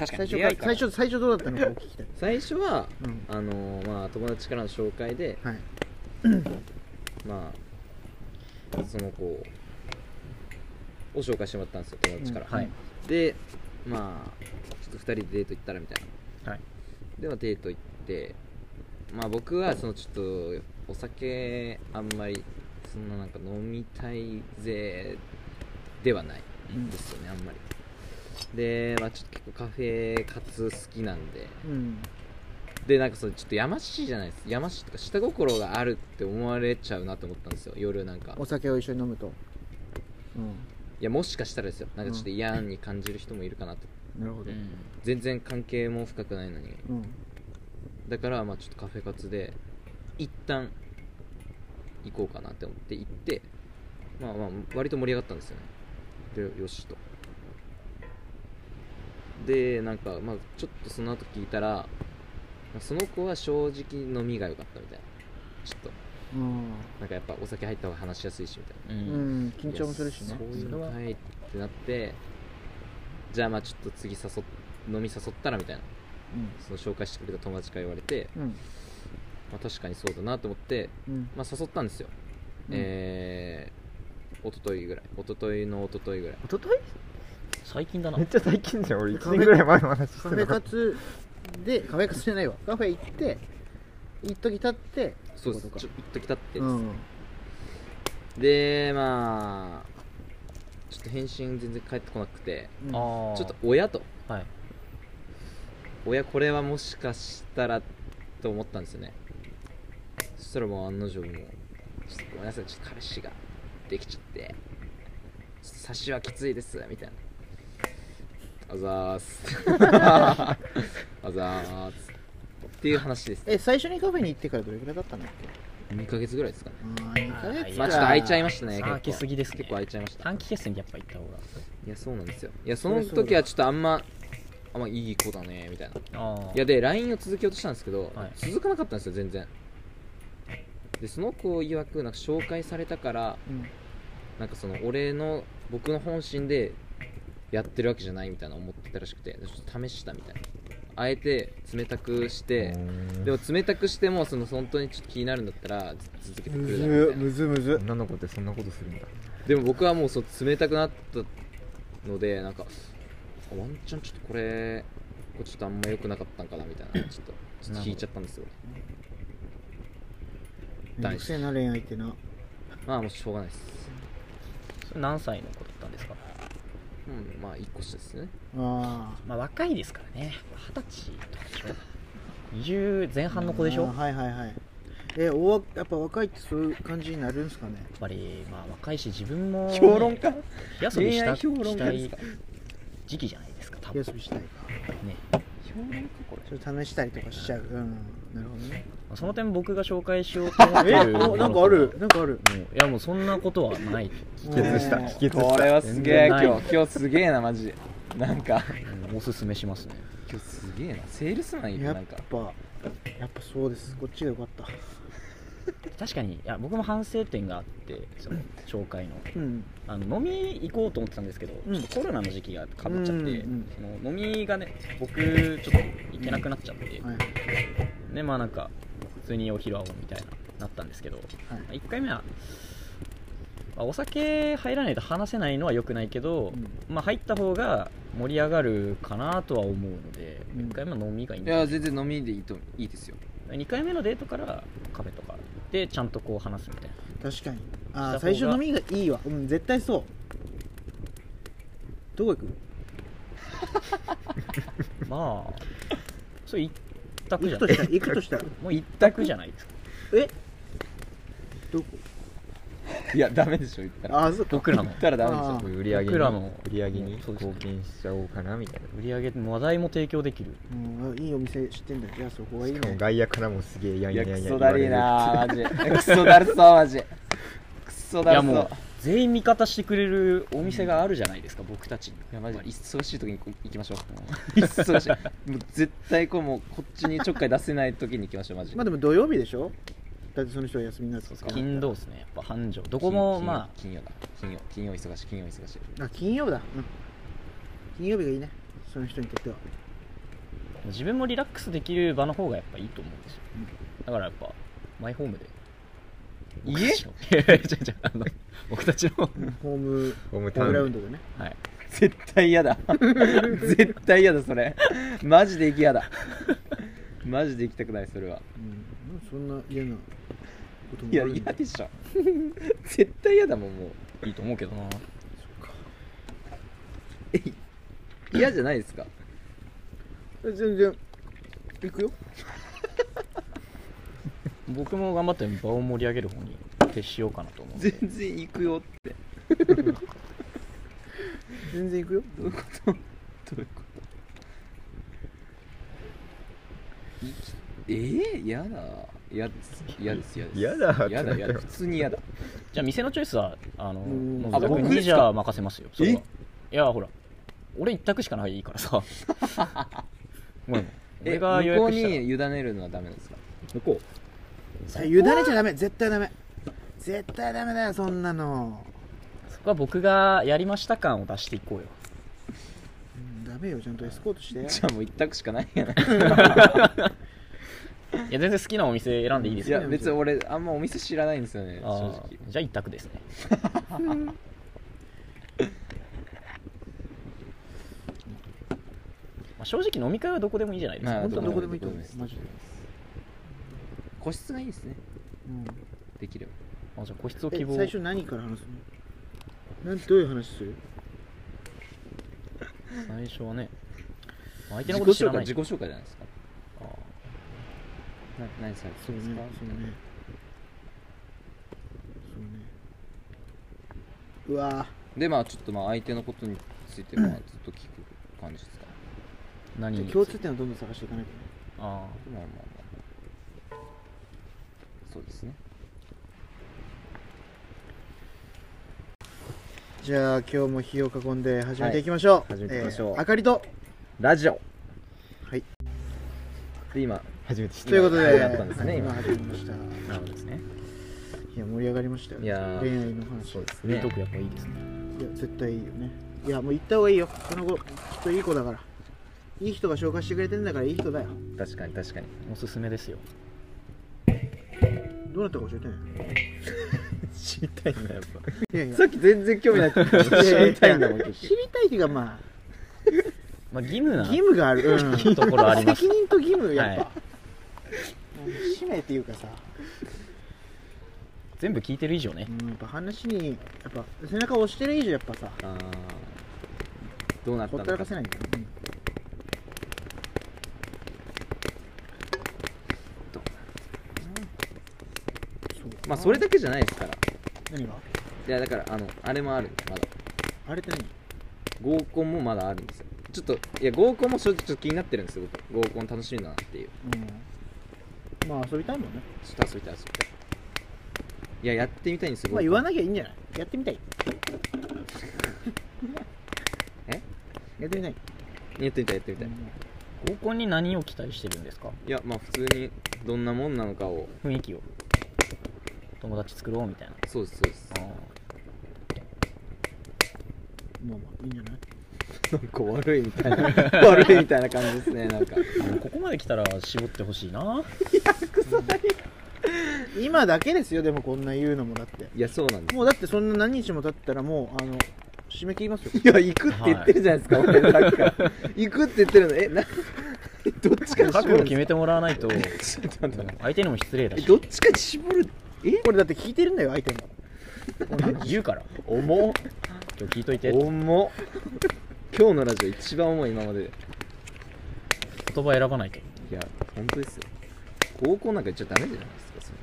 Speaker 1: 確
Speaker 3: 最初から最初最初どうだったのかを聞きたい、
Speaker 1: 最初は
Speaker 3: うん
Speaker 1: あのまあ友達からの紹介で
Speaker 3: はい、
Speaker 1: まあその子を紹介してもらったんですよ友達から、
Speaker 3: うん
Speaker 2: はい
Speaker 1: でまあちょっと2人でデート行ったらみたいな
Speaker 2: はい
Speaker 1: ではデート行ってまあ僕はそのちょっとお酒あんまりそんななんか飲みたいぜではないんですよね、あんまりでまあちょっと結構カフェカツ好きなんで
Speaker 3: うん
Speaker 1: でなんかそれちょっとやましいじゃないですやましいとか下心があるって思われちゃうなと思ったんですよ夜なんか
Speaker 3: お酒を一緒に飲むとう
Speaker 1: いやもしかしたらですよなんかちょっと嫌に感じる人もいるかなと、
Speaker 3: んなるほ
Speaker 2: う
Speaker 3: ど
Speaker 2: ん
Speaker 1: 全然関係も深くないのに
Speaker 3: うん
Speaker 1: だからまあちょっとカフェカツで一旦行こうかなって思って行ってまあまあ割と盛り上がったんですよねでよしとでなんかまあちょっとその後聞いたらまあその子は正直飲みが良かったみたいなちょっと
Speaker 3: うん、
Speaker 1: なんかやっぱお酒入った方が話しやすいしみたいな
Speaker 2: う
Speaker 3: うんん、緊張もするしね
Speaker 1: いやそういう
Speaker 2: それ
Speaker 1: の
Speaker 2: は
Speaker 1: かいってなってじゃあまあちょっと次誘っ飲み誘ったらみたいなその紹介してくれた友達から言われて、
Speaker 3: うんうん
Speaker 1: まあ、確かにそうだなと思って、
Speaker 3: うん
Speaker 1: まあ、誘ったんですよ、えー、おとといぐらいおとといのおとといぐらい
Speaker 3: おととい
Speaker 2: 最近だな
Speaker 4: めっちゃ最近じゃん俺1年ぐらい前の話して
Speaker 3: カ
Speaker 4: る
Speaker 3: フェカツでカフェカツじゃないわカフェ行って一時経って
Speaker 1: そうです
Speaker 3: ってこと
Speaker 1: ちょ
Speaker 3: か
Speaker 1: っと来たって
Speaker 3: う
Speaker 1: です、
Speaker 3: ん
Speaker 1: でまあちょっと返信全然返ってこなくて
Speaker 3: うん
Speaker 2: ああ
Speaker 1: ちょっと親と
Speaker 2: はい
Speaker 1: 親これはもしかしたらと思ったんですよねそしたらもう案の定もう「ちょっとごめんなさいちょっと彼氏ができちゃって差しはきついです」みたいな「あざー す」「あざーす」っていう話です
Speaker 3: え最初にカフェに行ってからどれくらいだったんだっけ
Speaker 1: 2ヶ月ぐらいですかね
Speaker 3: あー2ヶ月か
Speaker 1: まあちょっと空いちゃいましたね
Speaker 2: さあ空きすぎですね
Speaker 1: 結構空いちゃいました
Speaker 2: 短期決戦でやっぱ行った方が
Speaker 1: いやそうなんですよいやその時はちょっとあんまあんまいい子だねみたいな
Speaker 2: ああ
Speaker 1: いやで LINE を続けようとしたんですけど、
Speaker 2: はい
Speaker 1: 続かなかったんですよ全然でその子曰くなんか紹介されたから
Speaker 3: うん
Speaker 1: なんかその俺の僕の本心でやってるわけじゃないみたいな思ってたらしくてでちょっと試したみたいなあえて冷たくしてでも冷たくしてもその本当にちょっと気になるんだったらず続けてく
Speaker 3: む
Speaker 1: れだろうみたい
Speaker 3: ず
Speaker 1: な
Speaker 3: むずむず
Speaker 4: 女の子ってそんなことするんだ
Speaker 1: でも僕はもうそう冷たくなったのでなんかあワンチャンちょっとこれこれちょっとあんま良くなかったんかなみたいなちょっとちょっと引いちゃったんですよ
Speaker 3: めんどくせえな恋愛ってな
Speaker 1: まあもうしょうがないです
Speaker 2: それ何歳の子だったんですか
Speaker 1: うんまあ一個下ですね
Speaker 3: あ
Speaker 2: まあ若いですからね二十歳とかでしょ20前
Speaker 3: あ
Speaker 2: 半の子でしょ
Speaker 3: あ
Speaker 2: や
Speaker 3: ー
Speaker 2: っ
Speaker 3: はいはいはいえおわやっぱ若いってそういう感じになるんすかね
Speaker 2: ぱりまあ若いし自分も
Speaker 4: 評論家
Speaker 2: 火遊びした
Speaker 4: 恋愛評論
Speaker 2: した
Speaker 4: 家
Speaker 2: い
Speaker 4: ですか
Speaker 2: 時期じゃないですか多
Speaker 3: 夜
Speaker 2: 分
Speaker 3: 遊びしたいか
Speaker 2: ね
Speaker 4: 評論家これ
Speaker 3: それ試したりとかしちゃううんなるほどね
Speaker 2: まあその点僕が紹介しようと思ってる
Speaker 3: えおなんかあるなんかある
Speaker 2: もういやもうそんなことはない
Speaker 4: 秘訣した
Speaker 3: うん
Speaker 4: 秘訣した
Speaker 1: は
Speaker 2: すげえ今
Speaker 1: 日今日すげえなマジでなんか
Speaker 2: うんおすすめしますね
Speaker 1: 今日すげえなセールスマンいる
Speaker 3: やっ
Speaker 1: なんか
Speaker 3: ぱやっぱそうですこっちがよかった
Speaker 2: 確かにいや僕も反省点があってその紹介の
Speaker 3: うん
Speaker 2: あの飲み行こうと思ってたんですけど、
Speaker 3: うん
Speaker 2: ちょっとコロナの時期がかぶっちゃって、
Speaker 3: うんうん
Speaker 2: その飲みがね僕ちょっと行けなくなっちゃって、
Speaker 3: はい
Speaker 2: でまあなんか普通にお昼はおうみたいななったんですけど、
Speaker 3: はい
Speaker 2: まあ1回目は、まあお酒入らないと話せないのは良くないけど、まあ、入った方が盛り上がるかなとは思うので、
Speaker 3: うん
Speaker 2: 1回目は飲みがいいん
Speaker 1: い
Speaker 2: だ
Speaker 1: や全然飲みでいいといいですよ
Speaker 2: 2回目のデートからカフェとかでちゃんとこう話すみたいな
Speaker 3: 確かにああ
Speaker 2: した方
Speaker 3: 最
Speaker 2: が
Speaker 3: 初飲みがいいわうん絶対そうどこ行く
Speaker 2: まあそう一択じ
Speaker 3: 行
Speaker 2: ゃ
Speaker 3: くと
Speaker 2: ない
Speaker 3: したら行くとしたら
Speaker 2: もう一択じゃないですか
Speaker 3: えどこ
Speaker 1: いやダメでしょ言ったら
Speaker 3: ああそうか
Speaker 2: 僕らの
Speaker 1: 言ったらダメ
Speaker 3: あ
Speaker 1: で
Speaker 3: ー
Speaker 4: こういう売り上げ
Speaker 2: 僕
Speaker 4: に
Speaker 2: らの
Speaker 4: 売り上げに
Speaker 2: そうですね
Speaker 4: 貢献しちゃおうかなみたいな
Speaker 2: 売り上げ話題も提供できる
Speaker 3: うんあいいお店知ってんだじゃあそこがいい
Speaker 4: しかも
Speaker 3: ね
Speaker 4: 外野からもすげえやん
Speaker 1: しょ
Speaker 4: や
Speaker 1: い
Speaker 4: ん
Speaker 1: や
Speaker 4: やん
Speaker 1: ク
Speaker 4: や
Speaker 1: ソ
Speaker 4: ん
Speaker 1: だりーな ーマジクソだるそうマジクソ
Speaker 2: い
Speaker 1: だ
Speaker 2: や
Speaker 1: るそ
Speaker 2: もう
Speaker 1: う
Speaker 2: 全員味方してくれるお店があるじゃないですか、僕たちに
Speaker 1: いやマジで
Speaker 2: やっ
Speaker 1: 忙しい時に行きましょう忙し いもう絶対こうもうこっちにちょっかい出せない時に行きましょうマジで
Speaker 3: まあでも土曜日でしょだってその人は休みになってた
Speaker 2: ぱり金土ですねやっぱ繁盛どこも
Speaker 1: 金
Speaker 2: ま
Speaker 1: 金曜だ金曜金曜忙しい金曜忙しい
Speaker 3: あ金曜だうん金曜日がいいねその人にとっては
Speaker 2: あ自分もリラックスできる場の方がやっぱいいと思うんですよ、だからやっぱマイホームで
Speaker 1: 家
Speaker 2: 家い やいや違う違うあの僕たちの
Speaker 3: ホーム
Speaker 4: ホーム
Speaker 3: ホー
Speaker 4: タウ
Speaker 3: ム
Speaker 4: ン
Speaker 3: ラウンドでね
Speaker 2: はい
Speaker 1: 絶対嫌 だ絶対嫌だそれマジで行き嫌だマジで行きたくないそれは
Speaker 3: うんなんでそんな嫌なことも
Speaker 1: い
Speaker 3: あ
Speaker 1: や
Speaker 3: るん
Speaker 1: 嫌
Speaker 3: だ
Speaker 1: でしょ絶対嫌だもんもう
Speaker 2: いいと思うけどな
Speaker 1: え嫌じゃないですか
Speaker 3: え全然行くよ
Speaker 2: 僕も頑張って場を盛り上げる方に徹しようかなと思うんで
Speaker 1: 全然行くよって
Speaker 3: 全然行くよ
Speaker 1: どういうことどういうこといきえー、嫌だ嫌です嫌です嫌です
Speaker 4: 嫌だって
Speaker 1: 嫌だ嫌だ
Speaker 4: なんだよ
Speaker 1: 普通に嫌だ
Speaker 2: じゃあ店のチョイスはあの
Speaker 3: うん
Speaker 2: 野沢
Speaker 1: あ僕
Speaker 2: 君
Speaker 1: です
Speaker 2: に
Speaker 1: か
Speaker 2: じゃあ任せますよそれは
Speaker 1: え
Speaker 2: いやほら俺一択しかないからさもう
Speaker 1: え
Speaker 2: 俺が予
Speaker 1: 向こうに
Speaker 2: 約したら
Speaker 1: 委ねるのはダメなんですか向こ
Speaker 3: さ委ねちゃダメ絶対ダメ絶対ダメだよそんなの、
Speaker 2: そこは僕がやりました感を出していこうよ
Speaker 3: うんダメよちゃんとエスコートして
Speaker 1: うじゃあもう一択しかないやない
Speaker 2: いや全然好きなお店選んでいいです
Speaker 1: い
Speaker 2: よ
Speaker 1: や別に俺あんまお店知らないんですよね正
Speaker 2: あー
Speaker 1: 直
Speaker 2: じゃあ一択 ですねまあ正直飲み会はどこでもいいじゃないですか、
Speaker 1: まあ
Speaker 3: 本当
Speaker 1: ど
Speaker 3: ど
Speaker 1: こ
Speaker 3: こ
Speaker 1: で
Speaker 3: で
Speaker 1: も
Speaker 3: も
Speaker 1: い
Speaker 3: い
Speaker 1: い
Speaker 3: い
Speaker 1: と
Speaker 3: と
Speaker 1: 思
Speaker 3: 思
Speaker 1: いうます
Speaker 3: マジで、
Speaker 1: 個室がいいですね
Speaker 3: うん、
Speaker 1: できれば
Speaker 2: あじゃあ個室を希
Speaker 3: え
Speaker 2: 望
Speaker 3: 最初何から話すのなんどういう話する
Speaker 2: 最初はね相
Speaker 1: 自
Speaker 2: 手の
Speaker 1: 己
Speaker 2: こと知ら
Speaker 1: 紹
Speaker 2: な
Speaker 1: 介自
Speaker 2: い
Speaker 1: 己紹介じゃないですか
Speaker 2: あー
Speaker 1: な何されて
Speaker 3: そ
Speaker 1: る
Speaker 3: うんね
Speaker 1: ですか
Speaker 3: そうねそうねうわ
Speaker 1: でまあちょっとまあ相手のことについてまあずっと聞く感じですか、
Speaker 3: ー
Speaker 2: 何
Speaker 3: じゃ
Speaker 2: に
Speaker 3: あ共通点をどんどん探していかないとね
Speaker 2: あ
Speaker 1: まあまあまあそうですね
Speaker 3: じゃあ今日も火を囲んで始めていきましょう、
Speaker 1: はい始めていきましょう
Speaker 3: えー、あかりと
Speaker 1: ラジオ
Speaker 3: はい
Speaker 1: で今
Speaker 4: 初めて知った
Speaker 3: ということで
Speaker 1: やったんですね今
Speaker 3: 今始めましたい
Speaker 2: あなるほどですね
Speaker 3: や盛り上がりましたよ
Speaker 1: いやー
Speaker 3: 恋愛の話
Speaker 1: そうです
Speaker 2: フリー
Speaker 1: ね
Speaker 2: トークやっぱいいですね
Speaker 3: いや絶対いいよねいやもう行った方がいいよその後きっといい子だからいい人が紹介してくれてんだからいい人だよ
Speaker 1: 確かに確かに
Speaker 2: おすすめですよ
Speaker 3: どうなったか教えてね
Speaker 1: 知りたいんだやっ
Speaker 3: いやいや
Speaker 1: さっき全然興味ない知りたいんだもん
Speaker 3: 知りたいっていうかま
Speaker 2: まあ義務
Speaker 3: あ
Speaker 2: な
Speaker 3: 義務がある、うん、
Speaker 2: ところあります
Speaker 3: 責任と義務やっぱ、
Speaker 2: は
Speaker 3: うん使命っていうかさ、
Speaker 2: 全部聞いてる以上ね
Speaker 3: うん、やっぱ話にやっぱ背中を押してる以上やっぱさ
Speaker 1: ああどうなっ
Speaker 3: ほ
Speaker 1: たの
Speaker 3: ったら
Speaker 1: か
Speaker 3: かせないんだよ、うん
Speaker 1: どう
Speaker 3: そう
Speaker 1: まあそれだけじゃないですからい
Speaker 3: 何が
Speaker 1: やだからあのあれもあるんでまだ
Speaker 3: あれって何
Speaker 1: 合コンもまだあるんですよちょっといや合コンも正直ちょっと気になってるんですよ僕合コン楽しみだなっていう
Speaker 3: うんまあ遊びたいもんね
Speaker 1: ちょっと遊びたい遊びたいいややってみたいんですよ
Speaker 3: まあ言わなきゃいいんじゃないやってみ たい
Speaker 1: え
Speaker 3: やってみたい
Speaker 1: やってみたいやってみたい、
Speaker 2: 合コンに何を期待してるんですか
Speaker 1: いやまあ普通にどんなもんなのかを
Speaker 2: 雰囲気を友達作ろうみたいな
Speaker 1: そうですそう です
Speaker 2: あ
Speaker 3: まあまあいいんじゃない
Speaker 1: なんか悪いみ たいな悪いみたいな感じですねなんか
Speaker 2: ーここまで来たら絞ってほしいな
Speaker 3: 今だけですよでもこんな言うのもだって
Speaker 1: いやそうなんです
Speaker 3: もうだってそんな何日も経ったらもうあの締め切りますよ
Speaker 1: いや行くって言ってるじゃないですか、俺なんか行くって言ってるのえな どっちかに 絞
Speaker 2: 覚悟
Speaker 1: るん
Speaker 2: 決
Speaker 1: で
Speaker 2: めてもらわないと
Speaker 1: すかちょっと待って
Speaker 2: 相手にも失礼だ
Speaker 1: え
Speaker 2: し
Speaker 1: どっちかに絞るえ
Speaker 3: これだって聞いてるんだよ相手も
Speaker 2: 言うから
Speaker 1: 重っ
Speaker 2: 今日聞いといて
Speaker 1: 重っ今日のラジオ一番重い今までで
Speaker 2: 言葉選ばないと
Speaker 1: いや本当ですよ高校なんか行っちゃダメじゃないですか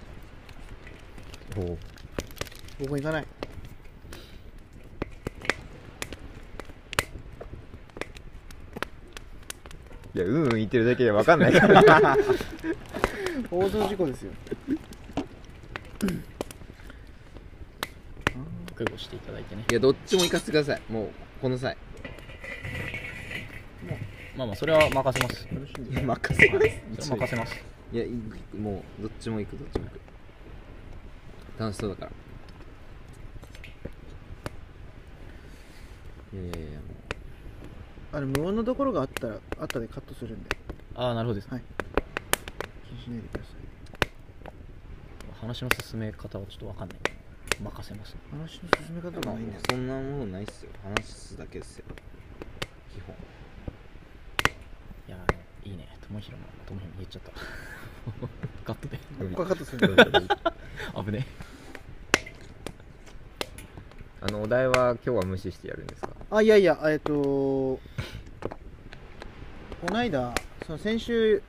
Speaker 1: それ
Speaker 4: ほ
Speaker 3: 僕も行かない
Speaker 4: ういやうんうん言ってるだけで分かんないから
Speaker 3: 放送事故ですよ
Speaker 2: 覚悟していただいてね
Speaker 1: いやどっちも行かせてくださいもうこの際
Speaker 2: まあまあそれは任せます
Speaker 3: 楽しんで
Speaker 1: 任せます
Speaker 2: それは任せます
Speaker 1: いやいもうどっちも行くどっちも行く楽しそうだからいやいやいやも
Speaker 3: あの無音のところがあったらあったでカットするんで
Speaker 2: ああなるほどです、
Speaker 3: はい気にしないでください
Speaker 2: 話の進め方はちょっとわかんない任せます
Speaker 3: 話の進め方
Speaker 1: うま
Speaker 3: が
Speaker 1: あ
Speaker 3: ないんだよ
Speaker 1: そんなものないっすよ話すだけですよ基本
Speaker 2: いやーいいね友弘の友弘言っちゃった ガットで
Speaker 3: ここはカットするんだよ
Speaker 4: あ
Speaker 2: 危ね
Speaker 4: のお題は今日は無視してやるんですか
Speaker 3: あいやいやえっとこないだその先週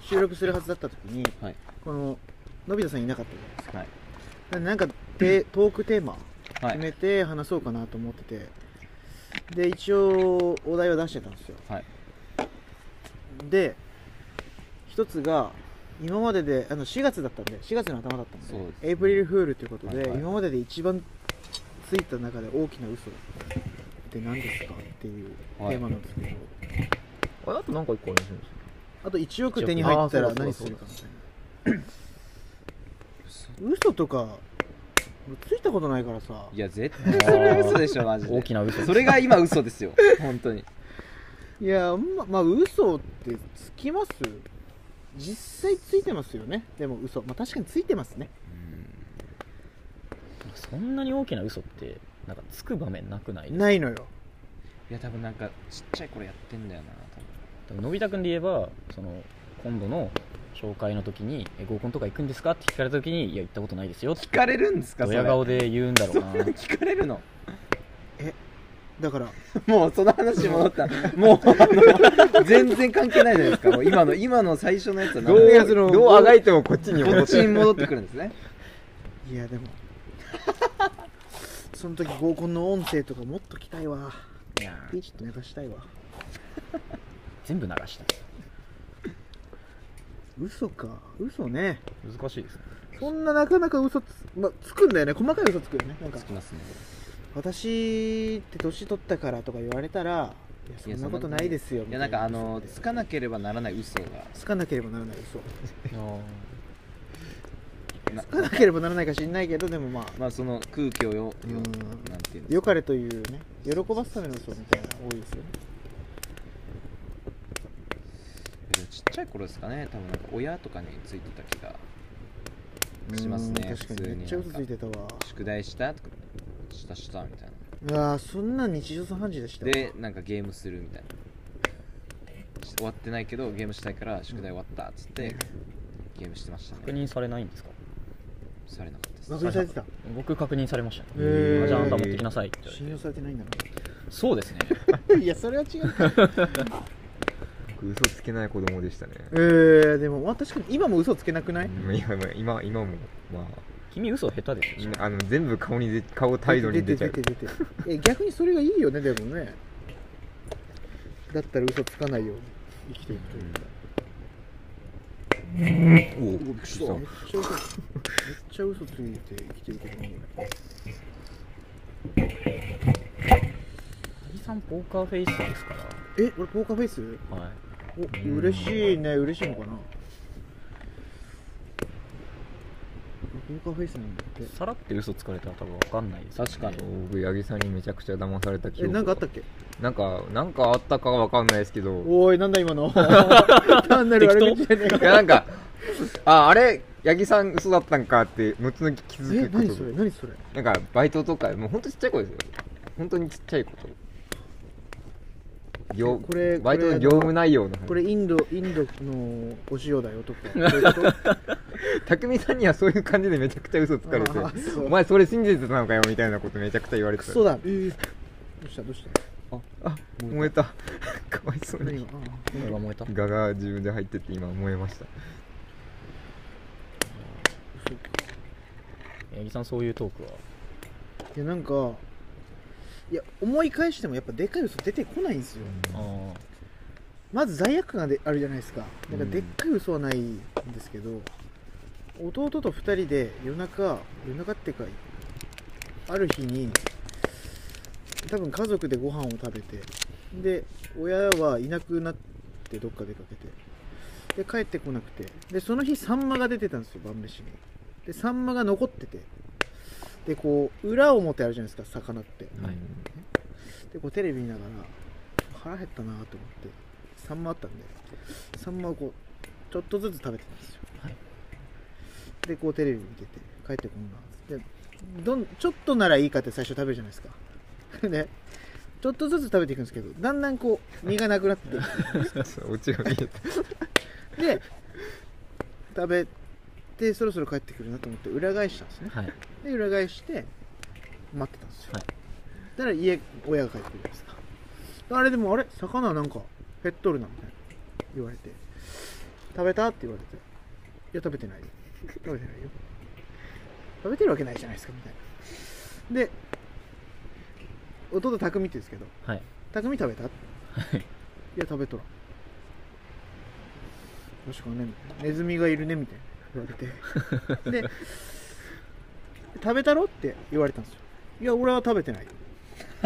Speaker 3: 収録するはずだった時に
Speaker 1: はい
Speaker 3: こののび太さんいなかったじゃないですか
Speaker 1: はい
Speaker 3: なんでなんかテトークテーマ
Speaker 1: は
Speaker 3: 決めて話そうかなと思ってて、で一応お題は出してたんですよ
Speaker 1: はい
Speaker 3: で一つが今までであの4月だったんで4月の頭だったんで
Speaker 1: そうです
Speaker 3: エイプリルフールということで、
Speaker 1: はいはい
Speaker 3: 今までで一番ついた中で大きな嘘って何ですかっていうテーマなんですけど、
Speaker 4: ああとなんか一個ありませんでし
Speaker 3: あと1億手に入ったら
Speaker 4: あーそうだ
Speaker 3: 何
Speaker 4: そ
Speaker 3: す
Speaker 4: うだ
Speaker 3: るかみたいな嘘とかついたことないからさ
Speaker 1: いや絶対それは嘘でしょマジで
Speaker 2: 大きな嘘
Speaker 1: それが今嘘ですよ本当に
Speaker 3: いやままあ嘘ってつきます実際ついてますよねでも嘘まあ確かについてますね
Speaker 2: そんなに大きな嘘ってなんかつく場面なくないですか
Speaker 3: ないのよ
Speaker 1: いや多分なんかちっちゃい頃やってんだよな多分
Speaker 2: でものび太くんで言えばその今度の紹介の時に「え合コンとか行くんですか?」って聞かれた時に「いや行ったことないですよ」って
Speaker 1: 聞かれるんですかそ
Speaker 2: ド
Speaker 1: れ
Speaker 2: ヤ顔で言うんだろうな
Speaker 1: 聞かれるの
Speaker 3: だから
Speaker 1: もうその話に戻ったもうあの全然関係ないじゃないですかもう今の今の最初のやつは
Speaker 4: どうやつのどうあが
Speaker 1: い
Speaker 4: いてもこっちに
Speaker 1: こ
Speaker 4: 戻
Speaker 1: っ
Speaker 4: っ
Speaker 1: ち
Speaker 4: て
Speaker 1: に戻ってくるんですね
Speaker 3: いやでも その時合コンの音声とかもっと来たいわ
Speaker 2: いや
Speaker 3: ピ
Speaker 2: ー
Speaker 3: ッと流したいわ
Speaker 2: 全部流した
Speaker 3: 嘘か嘘ね
Speaker 2: 難しいですね
Speaker 3: そんななかなか嘘つ,、まあ、つくんだよね細かい嘘つくよねなんか
Speaker 1: つきますね
Speaker 3: 私って年取ったからとか言われたらいやそ
Speaker 1: いや
Speaker 3: んなことないですよ
Speaker 1: いやなんかあの
Speaker 3: みたい
Speaker 1: つかなければならない嘘が
Speaker 3: つかなければならない嘘
Speaker 1: な
Speaker 3: つかなければならないか知んないけどでもまあ
Speaker 1: まあその空気をよ
Speaker 3: うん
Speaker 1: よなんていうの
Speaker 3: 良かれというね喜ばすための嘘みたいな多いですよね
Speaker 1: ちっちゃい頃ですかね多分なんか親とかについてた気がします
Speaker 3: う
Speaker 1: ね
Speaker 3: ん確かにめっちゃ
Speaker 1: 普通
Speaker 3: 嘘
Speaker 1: に
Speaker 3: ついてたわ
Speaker 1: 宿題したとかしたしたみたいな
Speaker 3: うわーそんな日常茶飯事でした
Speaker 1: でなんかゲームするみたいなし終わってないけどゲームしたいから宿題終わったっつって、ゲームしてました
Speaker 2: 確
Speaker 1: ね
Speaker 2: 認されないんですか
Speaker 1: されなかったです
Speaker 3: 忘れされてた
Speaker 2: 僕確認されましたね
Speaker 3: へー
Speaker 2: あじゃああんた持ってきなさいって言われて
Speaker 3: 信用されてないんだ
Speaker 2: そうですね
Speaker 3: ろいやそれは違う
Speaker 4: 僕嘘つけない子供でしたね
Speaker 3: えー、でもまあ確かに今も嘘つけなくない、
Speaker 4: うん今も今今もまあ
Speaker 2: 君嘘下手です
Speaker 4: み
Speaker 2: よ
Speaker 4: んなあの全部顔に出顔態度に出ちゃう
Speaker 3: て出て出てえ逆にそれがいいよねでもねだったら嘘つかないように生きていくというか
Speaker 4: おお
Speaker 3: めっちゃ嘘めっちゃ嘘ついて生きていくと思う
Speaker 2: 八木さんポーカーフェイスですか
Speaker 3: え俺ポーカーフェイス
Speaker 2: らはい
Speaker 3: お嬉しいね嬉しいのかなポーカーフェイスなんだって
Speaker 2: さらって嘘つかれたら多分わかんないですよね
Speaker 1: 確かに
Speaker 4: 僕八木さんにめちゃくちゃ騙された記
Speaker 3: え
Speaker 4: 憶
Speaker 3: なんかあったっけ
Speaker 4: なんかなんかあったかわかんないですけど
Speaker 3: おーいなんだ今 の単なる悪口じゃねえ
Speaker 4: いやなんかああれ八木さん嘘だったんかって後々気づ
Speaker 3: え
Speaker 4: くこと
Speaker 3: 何それ何それ
Speaker 4: なんかバイトとかもうほんとちっちゃい子ですよ本当にちっちゃいこと業
Speaker 3: これ
Speaker 4: バイトの業務内容の話
Speaker 3: これインドインドのお塩だよと かそういうこと
Speaker 4: 匠さんにはそういう感じでめちゃくちゃ嘘つかれて
Speaker 3: あーそう
Speaker 4: お前それ真実なのかよみたいなことめちゃくちゃ言われ
Speaker 3: ク
Speaker 4: てた
Speaker 3: ソだ えーどうしたどうした
Speaker 4: あ燃えた かわいそう
Speaker 3: 何
Speaker 4: に
Speaker 3: がああ
Speaker 2: これが燃えた
Speaker 4: ガが自分で入ってって今燃えました
Speaker 3: 嘘か
Speaker 2: 八木さんそういうトークはい
Speaker 3: やなんかいや思い返してもやっぱでかい嘘出てこないんですよ
Speaker 2: あ
Speaker 3: まず罪悪感がであるじゃないですかだから
Speaker 4: うん
Speaker 3: でっかい嘘はないんですけど、弟と2人で夜中夜中ってかある日に多分家族でご飯を食べてで親はいなくなってどっか出かけてで帰ってこなくてでその日サンマが出てたんですよ晩飯にでサンマが残っててでこう裏表あるじゃないですか魚って、
Speaker 2: はい
Speaker 3: でこうテレビ見ながら腹減ったなと思ってサンマあったんでサンマをこうちょっとずつ食べてたんですよ、
Speaker 2: はい
Speaker 3: でこうテレビ見てて帰ってこんなでどんちょっとならいいかって 最初食べるじゃないですかでちょっとずつ食べていくんですけどだんだんこう身がなくなって
Speaker 4: うん オチが見えた
Speaker 3: で食べてそろそろ帰ってくるなと思って裏返したんですね
Speaker 2: あはい
Speaker 3: で裏返して待ってたんですよ、
Speaker 2: はい
Speaker 3: だから家親が帰ってくるじゃないですかあれでもあれ魚なんか減っとるなみたいな言われて食べたって言われていや食べてないよ食べてないよ食べてるわけないじゃないですかみたいなで弟匠って言うんですけど
Speaker 2: はい
Speaker 3: 匠食べたい
Speaker 2: はい
Speaker 3: や食べとらん確かねみたいなネズミがいるねみたいな言われ てで食べたろって言われたんですよいや俺は食べてない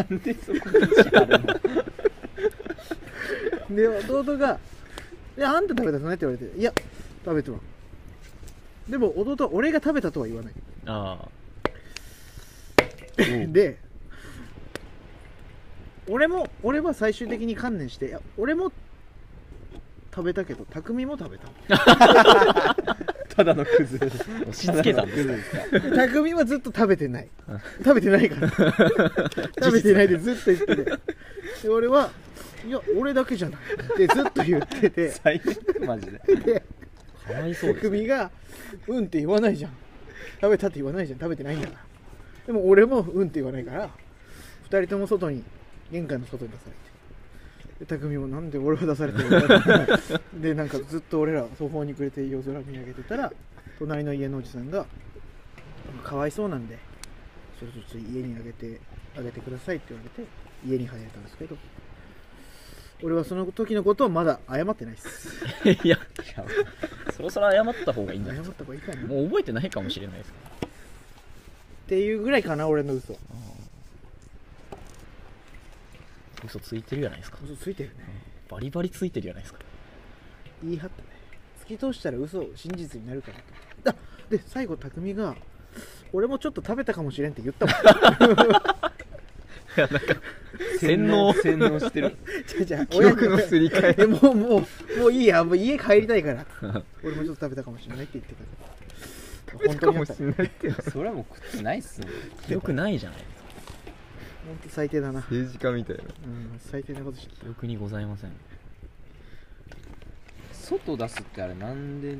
Speaker 1: なんでそこに力が
Speaker 3: で弟が「いやあんた食べたのね」って言われて「いや食べてはでも弟は俺が食べたとは言わない
Speaker 2: ああ
Speaker 3: で俺も俺は最終的に観念していや俺も食べたけど匠も食べた
Speaker 1: ただのクズ
Speaker 2: 押し付けたんです
Speaker 1: すか
Speaker 3: 匠はずっと食べてない食べてないから食べてないでずっと言っててで俺はいや俺だけじゃないってずっと言ってて
Speaker 1: 最悪 マジで
Speaker 3: で
Speaker 2: かわいそうです、
Speaker 3: 匠
Speaker 2: ね、
Speaker 3: が「うん」って言わないじゃん食べたって言わないじゃん食べてないんだからでも俺も「うん」って言わないから2人とも外に玄関の外に出されてで匠もなんで俺は出されてるのでなんかずっと俺ら途方に暮れて夜空見上げてたら隣の家のおじさんがかわいそうなんでそれちょっと家にあげてあげてくださいって言われて家に入れたんですけど俺はその時のことをまだ謝ってないっす
Speaker 2: いやそろそろ謝った方がいいんじ
Speaker 3: 謝
Speaker 2: ゃない
Speaker 3: った方がいいかなっ
Speaker 2: もう覚えてないかもしれないですから
Speaker 3: ていうぐらいかな俺の嘘
Speaker 2: 嘘ついてるじゃないですか
Speaker 3: 嘘ついてるね
Speaker 2: バリバリついてるじゃないですか
Speaker 3: 言い張ったね突き通したら嘘真実になるからあで最後匠が「俺もちょっと食べたかもしれん」って言 ったもん
Speaker 2: 洗脳
Speaker 1: 洗脳してる
Speaker 3: じゃじ ゃ
Speaker 4: 記憶のすり替え
Speaker 3: で もうもうもういいやもう家帰りたいから 俺もちょっと食べたかもしれないって言ってた
Speaker 4: 食べたかもしれ
Speaker 3: い
Speaker 4: ないっていうのは
Speaker 1: それはもう食ってないっすもん
Speaker 2: 記憶ないじゃないですか
Speaker 3: 本当最低だな
Speaker 4: 政治家みたい な
Speaker 3: うん最低なことして
Speaker 2: 記憶にございません
Speaker 1: 外出すってあれなんで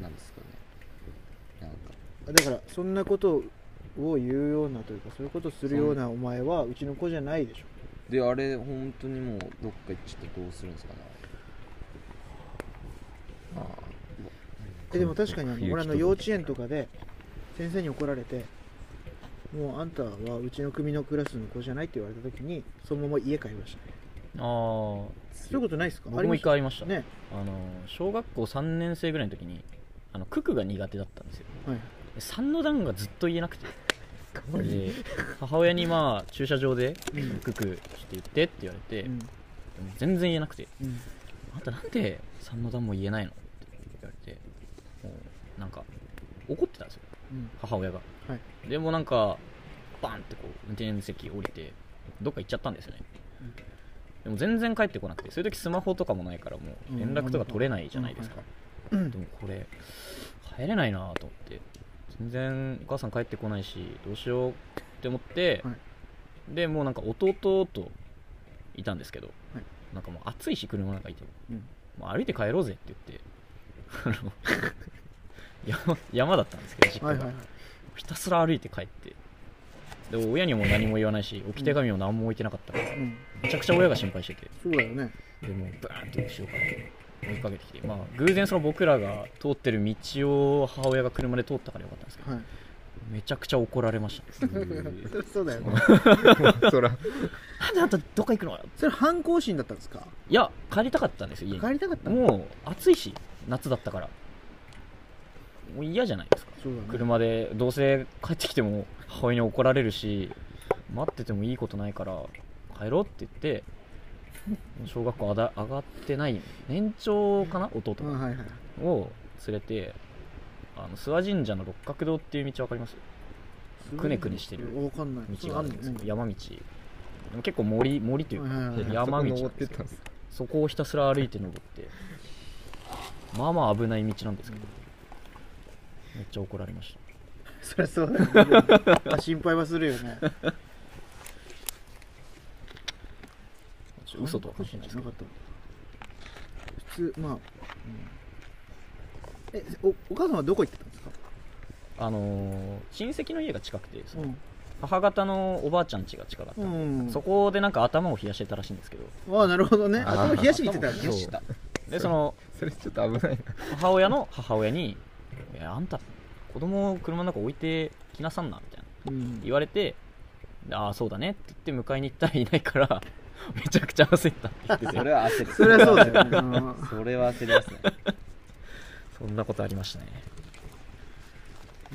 Speaker 1: なんですかねなんか
Speaker 3: ただからそんなことを言うようなというかそういうことするようなお前はうちの子じゃないでしょ
Speaker 1: であれ本当にもうどっか行っちゃってどうするんですかね
Speaker 3: えでも確かにあの
Speaker 4: 冬
Speaker 3: 俺あの
Speaker 4: 来た時
Speaker 3: 幼稚園とかで先生に怒られてもうあんたはうちの組のクラスの子じゃないって言われた時にそのまま家帰りましたね
Speaker 2: ああ
Speaker 3: そういうことないですか
Speaker 2: 僕も一回ありました
Speaker 3: ね
Speaker 2: あの小学校3年生ぐらいの時にあの九九が苦手だったんですよ
Speaker 3: はい
Speaker 2: で三の段がずっと言えなくてで母親にまあ駐車場で
Speaker 3: うん
Speaker 2: 「ククして言って」って言われて、
Speaker 3: う
Speaker 2: でも
Speaker 3: ん
Speaker 2: 全然言えなくて
Speaker 3: うん
Speaker 2: 「あんたなんで三の段も言えないの?」って言われてもうなんか怒ってたんですよ
Speaker 3: うん
Speaker 2: 母親が、
Speaker 3: は
Speaker 2: でもなんかバンってこう運転席降りてどっか行っちゃったんですよね、
Speaker 3: うん
Speaker 2: でも全然帰ってこなくてそういう時スマホとかもないからもう連絡とか取れないじゃないですか、でもこれ帰れないなと思って全然お母さん帰ってこないしどうしようって思って、
Speaker 3: は
Speaker 2: でもうなんか弟といたんですけど、
Speaker 3: はい
Speaker 2: なんかもう暑いし車の中いても,、
Speaker 3: うん
Speaker 2: もう歩いて帰ろうぜって言ってあの 山山だったんですけど実家が、
Speaker 3: はいはいはい
Speaker 2: ひたすら歩いて帰ってで親にも何も言わない し置き手紙も何も置いてなかったから
Speaker 3: うん
Speaker 2: めちゃくちゃ親が心配してて
Speaker 3: そうだよね
Speaker 2: でもうバーンと後ろから追いかけてきてまあ偶然その僕らが通ってる道を母親が車で通ったからよかったんですけど
Speaker 3: はい
Speaker 2: めちゃくちゃ怒られました、ね、
Speaker 3: そりゃそうだよね
Speaker 4: そら
Speaker 2: なんで あんたどっか行くのよ
Speaker 3: それ反抗心だったんですか
Speaker 2: いや帰りたかったんですよ家
Speaker 3: 帰りたかった
Speaker 2: に
Speaker 3: の
Speaker 2: もう暑いし夏だったからもう嫌じゃないですか
Speaker 3: そうだね
Speaker 2: 車でどうせ帰ってきても母親に怒られるし待っててもいいことないから帰ろうって言ってもう小学校あだ上がってない年長かな弟
Speaker 3: うん
Speaker 2: が
Speaker 3: はいはい
Speaker 2: を連れてあの諏訪神社の六角堂っていう道わかりますくねくねしてる
Speaker 3: わかんない
Speaker 2: 道があるんですよ
Speaker 3: うん
Speaker 2: 山道でも結構森森というか、
Speaker 3: はいはいはい
Speaker 2: 山道なんです
Speaker 4: 登
Speaker 2: よ
Speaker 4: ってったんです
Speaker 2: そこをひたすら歩いて登ってまあまあ危ない道なんですけど、めっちゃ怒られました
Speaker 3: そりゃそうだ よね心配はするよね
Speaker 2: ちょ嘘とは関係ないです
Speaker 3: な
Speaker 2: けど
Speaker 3: かった普通まあ、うんえおお母さんはどこ行ってたんですか、
Speaker 2: あのー親戚の家が近くてその
Speaker 3: ん
Speaker 2: 母方のおばあちゃん家が近かったんで、
Speaker 3: うん、
Speaker 2: そこでなんか頭を冷やしてたらしいんですけど
Speaker 3: ああなるほどね
Speaker 2: あー
Speaker 3: 頭冷やしに行ってたん
Speaker 1: 頭
Speaker 3: だ
Speaker 1: 冷やした
Speaker 2: でその
Speaker 4: それちょっと危ないな
Speaker 2: 母親の母親に「いやあんた子供を車の中置いてきなさんな」みたいな
Speaker 3: うん
Speaker 2: 言われて「ああそうだね」って言って迎えに行ったらいないから めちゃくちゃ焦ったって言って
Speaker 1: そ
Speaker 2: て
Speaker 1: れは焦る
Speaker 3: そりゃそうだよねうん
Speaker 1: それは焦りますね
Speaker 2: そんなことありましたね、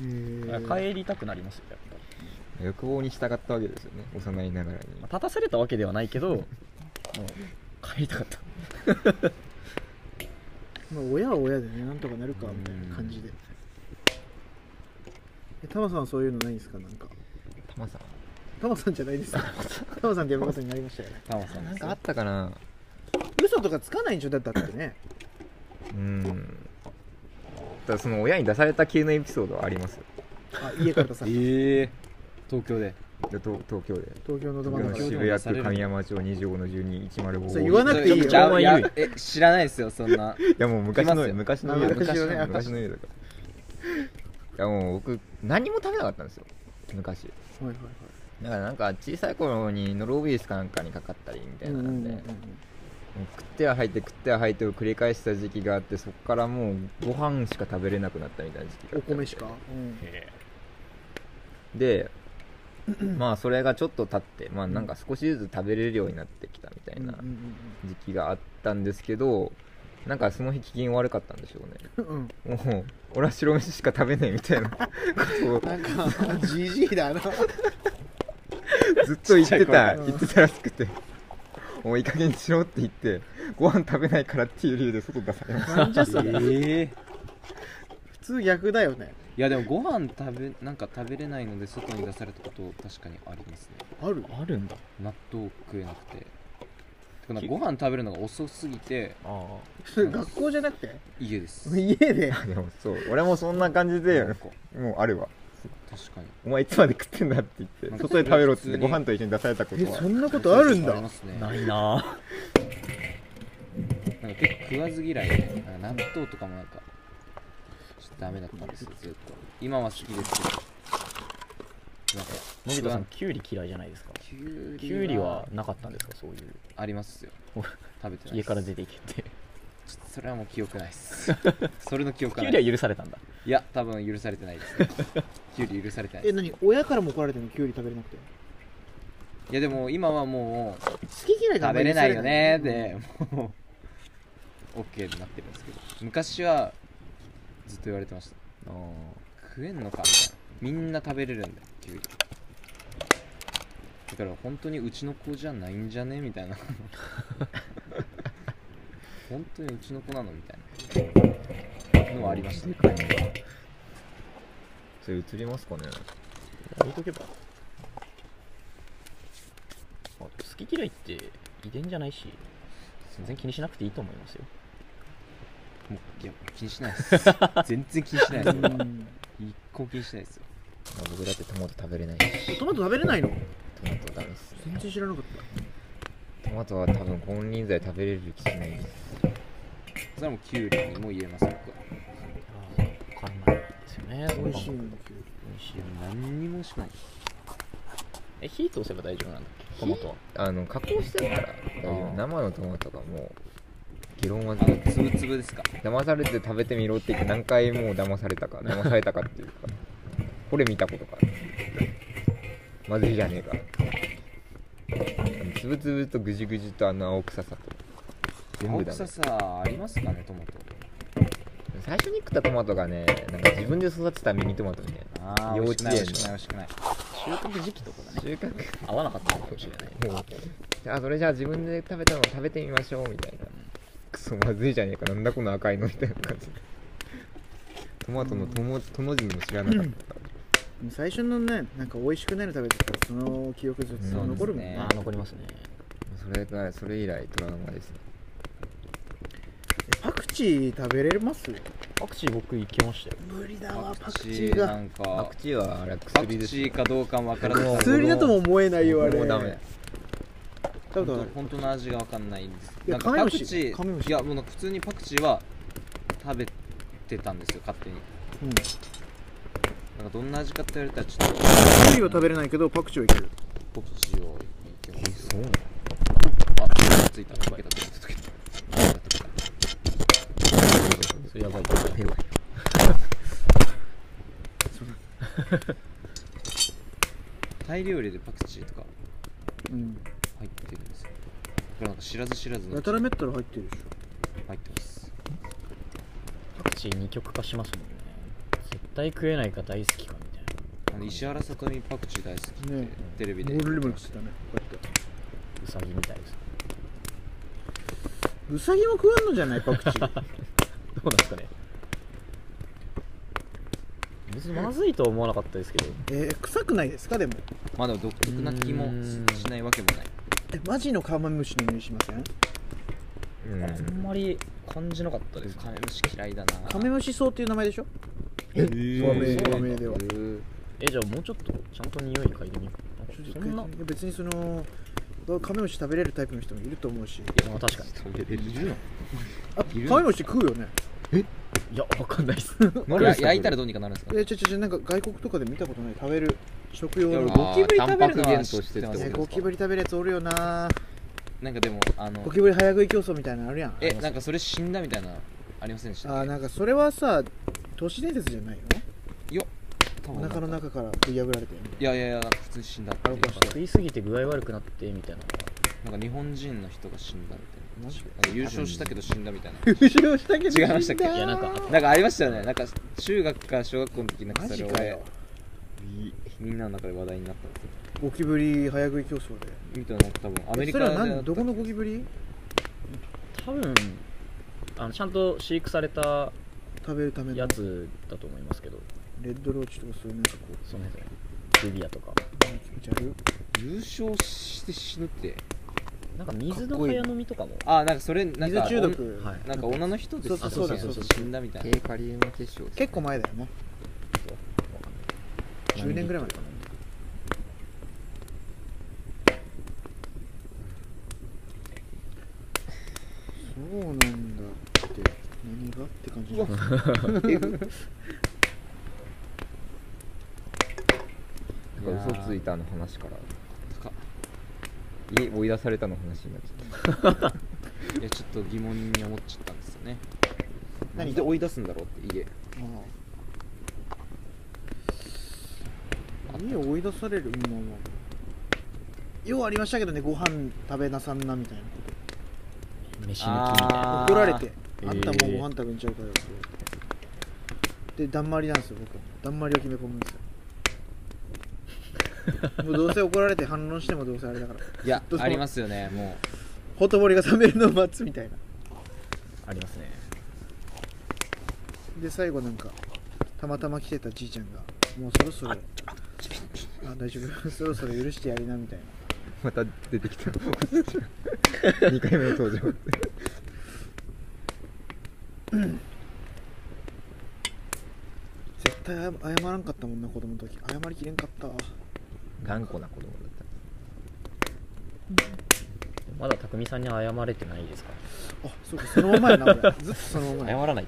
Speaker 3: えー
Speaker 2: 帰りたくなりますよやっぱり、
Speaker 4: 欲望に従ったわけですよね幼いながらに
Speaker 2: まあ立たされたわけではないけどもう帰りたかった
Speaker 3: まあ、親は親でねなんとかなるかみたいな感じでえタマさんはそういうのないんですかなんか
Speaker 4: 玉さん
Speaker 3: タマさんじゃないですかタマさんって呼ぶことになりましたよね
Speaker 1: タモさん
Speaker 4: な
Speaker 1: で
Speaker 4: ん
Speaker 1: す
Speaker 4: かあったかな
Speaker 3: 嘘とかつかないんでしょだってだってね
Speaker 4: うんただその親に出された系のエピソードはありますよ
Speaker 3: あ家からさ
Speaker 1: ええ東京で
Speaker 4: で東東京で
Speaker 3: 東京のど真ん
Speaker 4: 東
Speaker 3: 中
Speaker 4: 京の
Speaker 3: で
Speaker 4: 渋谷区神山町25の12105
Speaker 3: それ言わなくていいよ
Speaker 1: ちゃ
Speaker 2: お前
Speaker 1: い
Speaker 2: 言
Speaker 1: や
Speaker 2: うよ
Speaker 1: え知らないですよそんない
Speaker 4: やもう昔
Speaker 1: 来ま
Speaker 4: の
Speaker 1: すよ
Speaker 4: 昔の家
Speaker 3: あ昔のね
Speaker 4: 昔の家だからいやもう僕何も食べなかったんですよ昔
Speaker 3: はいはいはい
Speaker 4: だからなんか小さい頃にノロウイルスかなんかにかかったりみたいななんで、もう食っては吐いて食っては吐いてを繰り返した時期があってそこからもうご飯しか食べれなくなったみたいな時期があ
Speaker 3: お
Speaker 4: ったみたい
Speaker 3: 米
Speaker 4: で
Speaker 3: しか、うん
Speaker 2: へ
Speaker 4: でまあそれがちょっと経ってまあなんか少しずつ食べれるようになってきたみたいな
Speaker 3: うん
Speaker 4: 時期があったんですけどなんかその日機嫌悪かったんでしょ
Speaker 3: うんうんうん
Speaker 4: うねもう俺は白飯しか食べねえみたいなことを
Speaker 3: なんかじじいだな
Speaker 4: ずっと言ってた
Speaker 3: うん
Speaker 4: 言ってたらしくて「もういい加減にしろ」って言ってご飯食べないからっていう理由で外出されました
Speaker 3: なんじゃそれ
Speaker 1: ええ
Speaker 3: 普通逆だよね
Speaker 1: いやでもご飯食べなんか食べれないので外に出されたこと確かにありますね
Speaker 3: ある
Speaker 2: ーあるんだ
Speaker 1: 納豆食えなくててかなんかご飯食べるのが遅すぎて
Speaker 2: ああ
Speaker 3: それ学校じゃなくて
Speaker 1: 家です
Speaker 3: 家で
Speaker 4: でもそう俺もそんな感じで
Speaker 1: なんか
Speaker 4: もうあるわ
Speaker 1: 確かに
Speaker 4: お前いつまで食ってんだって言って外で食べろって言ってご飯と一緒に出されたこと
Speaker 3: え
Speaker 4: は
Speaker 3: そんなことあるんだ
Speaker 1: りますねなん
Speaker 2: な
Speaker 1: か
Speaker 2: いなあ
Speaker 1: 結構食わず嫌いでなんか納豆とかもなんかちょっとダメだったんですよずっと今は好きですけどなんか
Speaker 2: のび太さんキュウリ嫌いじゃないですか
Speaker 1: きゅう
Speaker 2: キュウリはなかったんですかそういう
Speaker 1: ありますよ
Speaker 2: お
Speaker 1: 食べてない
Speaker 2: 家から
Speaker 1: ちょ
Speaker 2: 出ていけって
Speaker 1: っとそれはもう記憶ないです それの記憶
Speaker 2: キ
Speaker 1: は
Speaker 2: ュ
Speaker 1: な
Speaker 2: ウ
Speaker 1: い
Speaker 2: リは許されたんだ
Speaker 1: いや多分許されてない ですねキュウリ許されてない
Speaker 3: え
Speaker 1: です
Speaker 3: 何親からも怒られてるのキュウリ食べれなくて
Speaker 1: いやでも今はもう
Speaker 3: 好き嫌いが
Speaker 1: 食
Speaker 3: あんま
Speaker 1: べれ
Speaker 3: り許
Speaker 1: な
Speaker 3: さ
Speaker 1: いよねでもう OK になってるんですけど昔はずっと言われてました
Speaker 2: あ
Speaker 1: 食えんのかみたいなみんな食べれるんだよキュウリだから本当にうちの子じゃないんじゃねみ たいな本当にうちの子なのみたいなのはありましたね
Speaker 4: それ映りますかね
Speaker 2: あ置いとけばあ好き嫌いって遺伝じゃないし全然気にしなくていいと思いますよ
Speaker 1: もういや気にしないです 全然気にしないです
Speaker 3: う
Speaker 1: 俺は
Speaker 3: ん
Speaker 1: 一個も気にしないですよ
Speaker 4: まあ僕だってトマト食べれないし
Speaker 3: トマト食べれないの
Speaker 4: トマトダメですね
Speaker 3: 全然知らなかっ
Speaker 4: トマトは多分金輪際食べれる気しないです
Speaker 1: それはもうキュウリにも言えます僕は
Speaker 2: 分からないですよね
Speaker 3: た美味しい
Speaker 2: 美
Speaker 3: んだキュウリ
Speaker 2: 味しい
Speaker 1: いや何にもしない
Speaker 2: え火通せば大丈夫なんだっけトマトは
Speaker 4: あの加工してるから大丈
Speaker 2: あ
Speaker 4: 夫
Speaker 2: ー
Speaker 4: 生のトマトがもう議論は
Speaker 1: あのつぶつぶですか
Speaker 4: 騙されて食べてみろって言って何回もう騙されたか騙されたかっていうかこれ見たことかまずいじゃねえかあのつぶつぶとぐじぐじとあの青臭さと全
Speaker 1: 青
Speaker 4: 部だ
Speaker 1: 臭
Speaker 4: ね
Speaker 1: さありますかねトマト
Speaker 4: 最初に食ったトマトがねなんか自分で育てたミニトマトみたいな
Speaker 1: ああ
Speaker 4: 幼
Speaker 1: 美味し
Speaker 4: 稚
Speaker 1: くない美
Speaker 4: 園
Speaker 1: 味しくない美味しくない
Speaker 2: 収穫時期とかがね
Speaker 4: 収穫
Speaker 2: 合わなかったのかもしれない
Speaker 4: もうあそれじゃあ自分で食べたのを食べてみましょうみたいなクソまずいじゃねえかなんだこの赤いのみたいな感じトマトのともとの字も知らなかったから
Speaker 3: 最初のねなんか美味しくないの食べてたらその記憶ずっと
Speaker 4: うん
Speaker 3: 残るもんね
Speaker 1: そう
Speaker 2: あ
Speaker 1: で
Speaker 2: ー残りますね
Speaker 4: それがそれ以来トラウマですね
Speaker 3: パクチー食べれます
Speaker 2: パクチー僕行けましたよ
Speaker 3: 無理だわ
Speaker 1: パ
Speaker 3: パク
Speaker 1: ク
Speaker 3: チ
Speaker 1: チ
Speaker 3: ー
Speaker 1: ー
Speaker 3: が
Speaker 1: なん
Speaker 4: パ
Speaker 1: か
Speaker 4: クチーはあれは
Speaker 1: パク
Speaker 4: 薬です
Speaker 1: チーかどうかもわからない
Speaker 4: もう
Speaker 3: 薬だとも思えないよあれ
Speaker 4: もうダメ
Speaker 3: 食べた
Speaker 1: 本
Speaker 3: ことある
Speaker 1: 当本当の味がわかんないんです
Speaker 3: いや
Speaker 1: なんか
Speaker 3: カメ
Speaker 1: パ
Speaker 3: ム
Speaker 1: ク
Speaker 3: シ
Speaker 1: チー
Speaker 3: カメムシ
Speaker 1: いやもうなんか普通にパクチーは食べてたんですよ勝手に
Speaker 3: うん
Speaker 1: なんかどんな味かって言われたらちょっと
Speaker 3: パクチーは食べれないけどパクチーはいける
Speaker 1: パクチーをいけます
Speaker 4: そうなの
Speaker 1: あついた溶けた溶けた溶けた溶けた
Speaker 2: それやばい
Speaker 4: やばい
Speaker 1: タイ料理でパクチーとか
Speaker 3: うん
Speaker 1: 入ってるんですよだからなんか知らず知らずのう
Speaker 3: や
Speaker 1: ち
Speaker 3: たら
Speaker 1: に
Speaker 3: めったら入ってるでし
Speaker 1: 入ってます
Speaker 2: パクチー二極化しますもんね絶対食えないか大好きかみたいな
Speaker 1: あの石原さとみパクチー大好きって、
Speaker 3: ね
Speaker 1: テレビで
Speaker 3: ょ俺でも食ってたねこうやって
Speaker 2: ウサギみたいです
Speaker 3: ウサギも食わんのじゃないパクチー
Speaker 2: どうなんですかね別にまずいとは思わなかったですけど
Speaker 3: えー臭くないですかでも
Speaker 1: まあでも独特な気もしないわけもない
Speaker 3: えマジのカマムシの匂いしません
Speaker 4: うん
Speaker 2: あんまり感じなかったです
Speaker 1: カメムシ嫌いだな
Speaker 3: カメムシ草っていう名前でしょ
Speaker 4: え
Speaker 3: 和名和名では
Speaker 1: うー
Speaker 2: えじゃあもうちょっとちゃんと匂い嗅いでみよ
Speaker 3: ちょっ
Speaker 2: う
Speaker 3: と
Speaker 2: そんな
Speaker 3: 食え別にそのカメムシ食べれるタイプの人もいると思うし
Speaker 2: まあ確かに
Speaker 1: いるの
Speaker 3: あ
Speaker 1: いる
Speaker 3: カメムシ食うよね
Speaker 2: いやわかんないっす
Speaker 1: いや焼いたらどうにかなるんですか
Speaker 3: えちょちょちょなんか外国とかで見たことない食べる食用の
Speaker 1: いや俺
Speaker 3: ゴキブリ食べ
Speaker 1: タ
Speaker 3: るの
Speaker 1: ンパク
Speaker 3: は
Speaker 1: 源としてってこと
Speaker 3: ね
Speaker 1: ですか
Speaker 3: ゴキブリ食べるやつおるよな
Speaker 1: なんかでもあの
Speaker 3: ゴキブリ早食い競争みたいなのあるやん
Speaker 1: えなんかそれ死んだみたいなのありませんでし
Speaker 3: あ
Speaker 1: た
Speaker 3: ー
Speaker 1: っけ
Speaker 3: なんかそれはさ都市伝説じゃないよね
Speaker 1: よっ多
Speaker 3: お
Speaker 1: 分
Speaker 3: 腹の中から食い破られてる
Speaker 1: いやいやいやなんか普通に死んだって
Speaker 2: あ
Speaker 1: い
Speaker 2: の
Speaker 1: う
Speaker 2: 食いすぎて具合悪くなってみたいな
Speaker 1: なんか日本人の人が死んだみたいな
Speaker 3: マジで
Speaker 1: なんか優勝したけど死んだみたいな
Speaker 3: 優勝した けど
Speaker 1: 違いましたっけ
Speaker 3: 死だー
Speaker 2: いやなんかあった
Speaker 1: なんかありましたよねなんか中学か小学校の時なんかそれ
Speaker 3: マジかよ
Speaker 1: みんなの中で話題になったんですよ
Speaker 3: ゴキブリ早食い競争で
Speaker 1: みたいなの多分アメリカ
Speaker 3: それは
Speaker 1: でやっ
Speaker 3: 何
Speaker 1: た
Speaker 3: どこのゴキブリ
Speaker 2: 多分あのちゃんと飼育された
Speaker 3: 食べるための
Speaker 2: やつだと思いますけど
Speaker 3: レッドローチとかそういうなんかこ
Speaker 2: その辺ルビアとか
Speaker 3: う気持ち悪い
Speaker 1: 優勝して死ぬって
Speaker 2: なんか水
Speaker 3: かっ
Speaker 2: の
Speaker 3: こいい
Speaker 2: 早飲みとかも
Speaker 1: あなんかそれなんか
Speaker 3: 水中毒、
Speaker 2: はい
Speaker 1: なんか女の人で
Speaker 3: そうそう
Speaker 2: そうだ
Speaker 1: 死ん
Speaker 2: そう
Speaker 3: そう
Speaker 1: 死んだみたいな
Speaker 4: 低カリウム結晶
Speaker 3: 結構前だよね10年ぐらい前
Speaker 2: かな
Speaker 3: そうなんだって何がって感じじゃん
Speaker 4: なんか嘘ついたの話から
Speaker 1: 高っ
Speaker 4: 家追い出されたの話になっちゃった
Speaker 1: いやちょっと疑問に思っちゃったんですよね
Speaker 3: 何
Speaker 1: なんで追い出すんだろうって家
Speaker 3: ああ家追い出される今はようありましたけどねご飯食べなさんなみたいなこ
Speaker 2: 飯抜きみたいな
Speaker 1: あー
Speaker 3: と怒られて
Speaker 2: えー
Speaker 3: あんたもうご飯食べんちゃうからよって言われてでだんまりなんですよ僕はだんまりを決め込むんですよもうどうせ怒られて反論してもどうせあれだから
Speaker 1: いや
Speaker 3: どうぞ
Speaker 1: ありますよねも
Speaker 3: ほとぼりが冷めるのを待つみたいな
Speaker 2: ありますね
Speaker 3: で最後なんかたまたま来てたじいちゃんがもうそろそろあ大丈夫そろそろ許してやりなみたいな
Speaker 4: また出てきた二回目の登場
Speaker 3: 絶対謝謝らんかったもんな子供の時謝りきれんかったわ
Speaker 4: 頑固な子供だった
Speaker 2: まだ匠さんに謝れてないですか
Speaker 3: あそうかそのままやな俺ずっとそのまま
Speaker 2: 謝
Speaker 3: や
Speaker 2: らない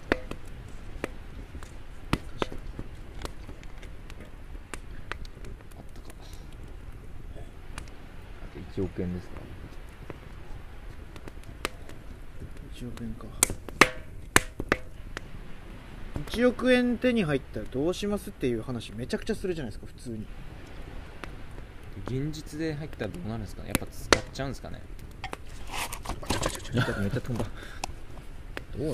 Speaker 4: あと1億円ですか
Speaker 3: 1億円か1億円手に入ったらどうしますっていう話めちゃくちゃするじゃないですか普通に
Speaker 1: う現実で入ったらどうなるんですかねやっぱ使っちゃうんですかね
Speaker 4: めっちゃ飛んだ
Speaker 2: どうなんだろう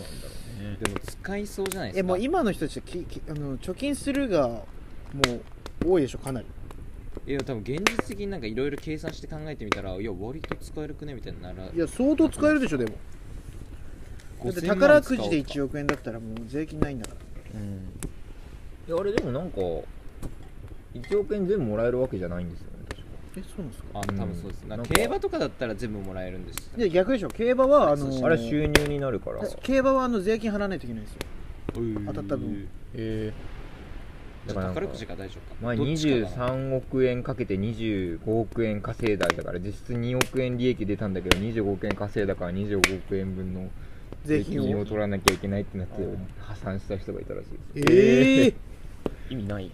Speaker 2: ね
Speaker 1: でも使いそうじゃないです
Speaker 3: え
Speaker 1: か
Speaker 3: もう今の人たちききあの貯金するがもう多いでしょかなり
Speaker 1: いや多分現実的になんかいろいろ計算して考えてみたらいや割と使えるくねみたいになら
Speaker 3: いや相当使えるでしょでもだって
Speaker 1: 5000万
Speaker 3: 宝くじで
Speaker 1: 使
Speaker 3: 1億円だったらもう税金ないんだから
Speaker 2: うん
Speaker 4: いやあれでもなんか1億円全部もらえるわけじゃないんですよね確か
Speaker 3: えそうなんですか
Speaker 1: おうかあ多分そうです、
Speaker 4: うん
Speaker 1: なんか
Speaker 4: なんか
Speaker 1: 競馬とかだったら全部もらえるんですよ
Speaker 3: いや逆でしょ競馬はあの
Speaker 4: あれは収入になるから
Speaker 3: 確か競馬はあの税金払わないといけないんですよ当たった分
Speaker 2: え
Speaker 1: じ
Speaker 4: だ
Speaker 1: ゃ
Speaker 4: か
Speaker 1: あ
Speaker 4: らなんか
Speaker 1: 宝くじが大丈夫か
Speaker 4: 前
Speaker 1: どっちかが
Speaker 4: 23億円かけて25億円稼いだだから実質2億円利益出たんだけど25億円稼いだから25億円分の
Speaker 3: 税金を
Speaker 4: 税取らなきゃいけないってなって破産した人がいたらしいです
Speaker 3: ええ
Speaker 2: ー、意味ない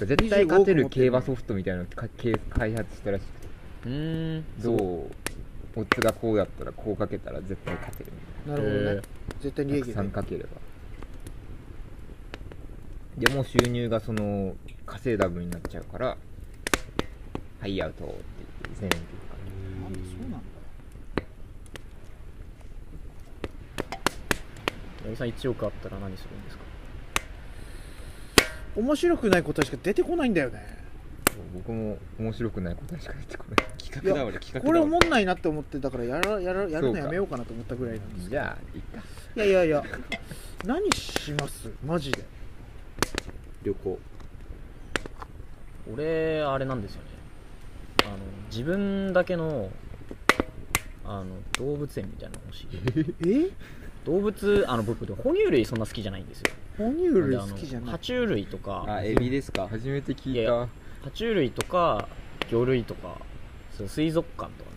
Speaker 4: 絶対勝てる競馬ソフトみたいなのをかけ開発したらしくて
Speaker 2: うん
Speaker 4: どうオッズがこうだったらこうかけたら絶対勝てるみたい
Speaker 3: な
Speaker 4: な
Speaker 3: るほどね、
Speaker 2: えー
Speaker 3: 絶対利
Speaker 4: た
Speaker 3: 益
Speaker 4: く
Speaker 3: で
Speaker 4: さんかければでもう収入がその稼いだ分になっちゃうからはいアウトって言って全員というか
Speaker 3: なんでそうなんだ
Speaker 2: 八木さん1億あったら何するんですか
Speaker 3: 面白くない答えしか出てこないんだよね
Speaker 4: 僕も面白くない答えしか出てこない
Speaker 1: 企画だ俺企画だ
Speaker 3: これ
Speaker 1: 俺
Speaker 3: おもんないなって思ってだからやらやらやるのやめようかなと思ったぐらいなんです
Speaker 4: じゃあいいか
Speaker 3: いやいやいや何しますマジで
Speaker 1: 旅行
Speaker 2: 俺あれなんですよねあの自分だけのあの動物園みたいなの欲しい
Speaker 3: え
Speaker 2: 動物あの僕でも哺乳類そんな好きじゃないんですよ
Speaker 3: 哺乳類好きじゃ
Speaker 2: んで
Speaker 3: な
Speaker 2: あの爬
Speaker 3: い
Speaker 2: 虫類とか
Speaker 1: あエビですか
Speaker 4: 初めて聞いた
Speaker 2: いやいや爬虫類とか魚類とかそう水族館とか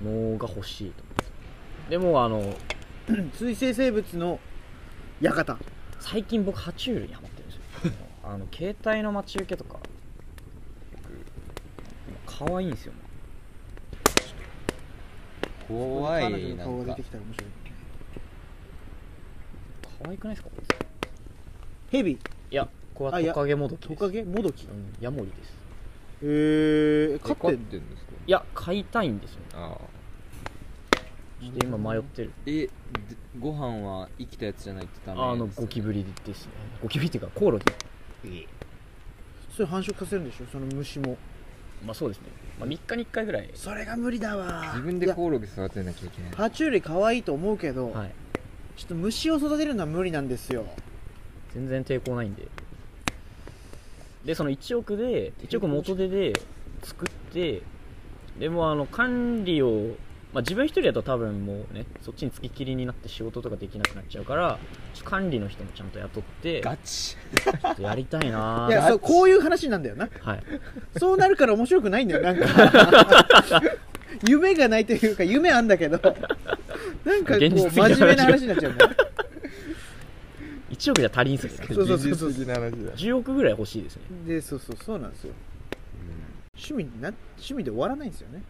Speaker 2: みたいなのが欲しいと思ってでもあの
Speaker 3: 水生生物の館
Speaker 2: 最近僕爬虫類にハマってるんですよあの携帯の待ち受けとか可愛いんですよ、
Speaker 1: 怖
Speaker 3: 彼女
Speaker 1: い
Speaker 3: の
Speaker 1: な
Speaker 3: 顔
Speaker 1: ん
Speaker 3: が
Speaker 1: か
Speaker 3: 出てきたら面白い
Speaker 2: 可愛くないですかこい
Speaker 3: ヘビ
Speaker 2: ついやこ
Speaker 3: あ
Speaker 2: れ
Speaker 3: い
Speaker 2: は
Speaker 3: や
Speaker 2: トカゲもどき
Speaker 3: ト
Speaker 2: です
Speaker 3: カゲモドキ
Speaker 2: うんヤモリです
Speaker 3: えー、
Speaker 4: 飼
Speaker 3: 飼
Speaker 4: っ
Speaker 3: って
Speaker 4: て
Speaker 3: んの
Speaker 4: んですか
Speaker 2: いや飼いたいんですよね
Speaker 4: あ
Speaker 2: ちょっと今迷ってる
Speaker 1: えでご飯は生きたやつじゃないとダメ
Speaker 2: あのゴキブリですねゴキブリっていうかコオロギ
Speaker 3: それ繁殖させるんでしょその虫も
Speaker 2: まあそうですね、まあ、3日に1回ぐらい
Speaker 3: それが無理だ
Speaker 4: あ
Speaker 3: わ
Speaker 4: 自分でコオロギ育てなきゃいけない
Speaker 3: 爬虫類可愛いと思うけど、
Speaker 2: はい
Speaker 3: ちょっと虫を育てるのは無理なんですよ
Speaker 2: 全然抵抗ないんででその1億で1億元手で作ってでもうあの管理を、まあ、自分一人だと多分もうねそっちにつきっきりになって仕事とかできなくなっちゃうからちょっと管理の人もちゃんと雇って
Speaker 1: ガチ
Speaker 2: ちょっとやりたいない
Speaker 3: やそうこういう話なんだよな
Speaker 2: はい
Speaker 3: そうなるから面白く ないんだよなんか夢がないというか夢あんだけどなんかこう
Speaker 2: 現実的な
Speaker 3: 真
Speaker 2: 話
Speaker 3: 面目な話になっちゃうん だよ
Speaker 2: 1億じゃ足りんすよね
Speaker 3: そうそうそうそう
Speaker 4: 現実的な話だ
Speaker 2: 10億ぐらい欲しいですね
Speaker 3: でそうそうそうなんですよ趣味にな趣味で終わらないんですよね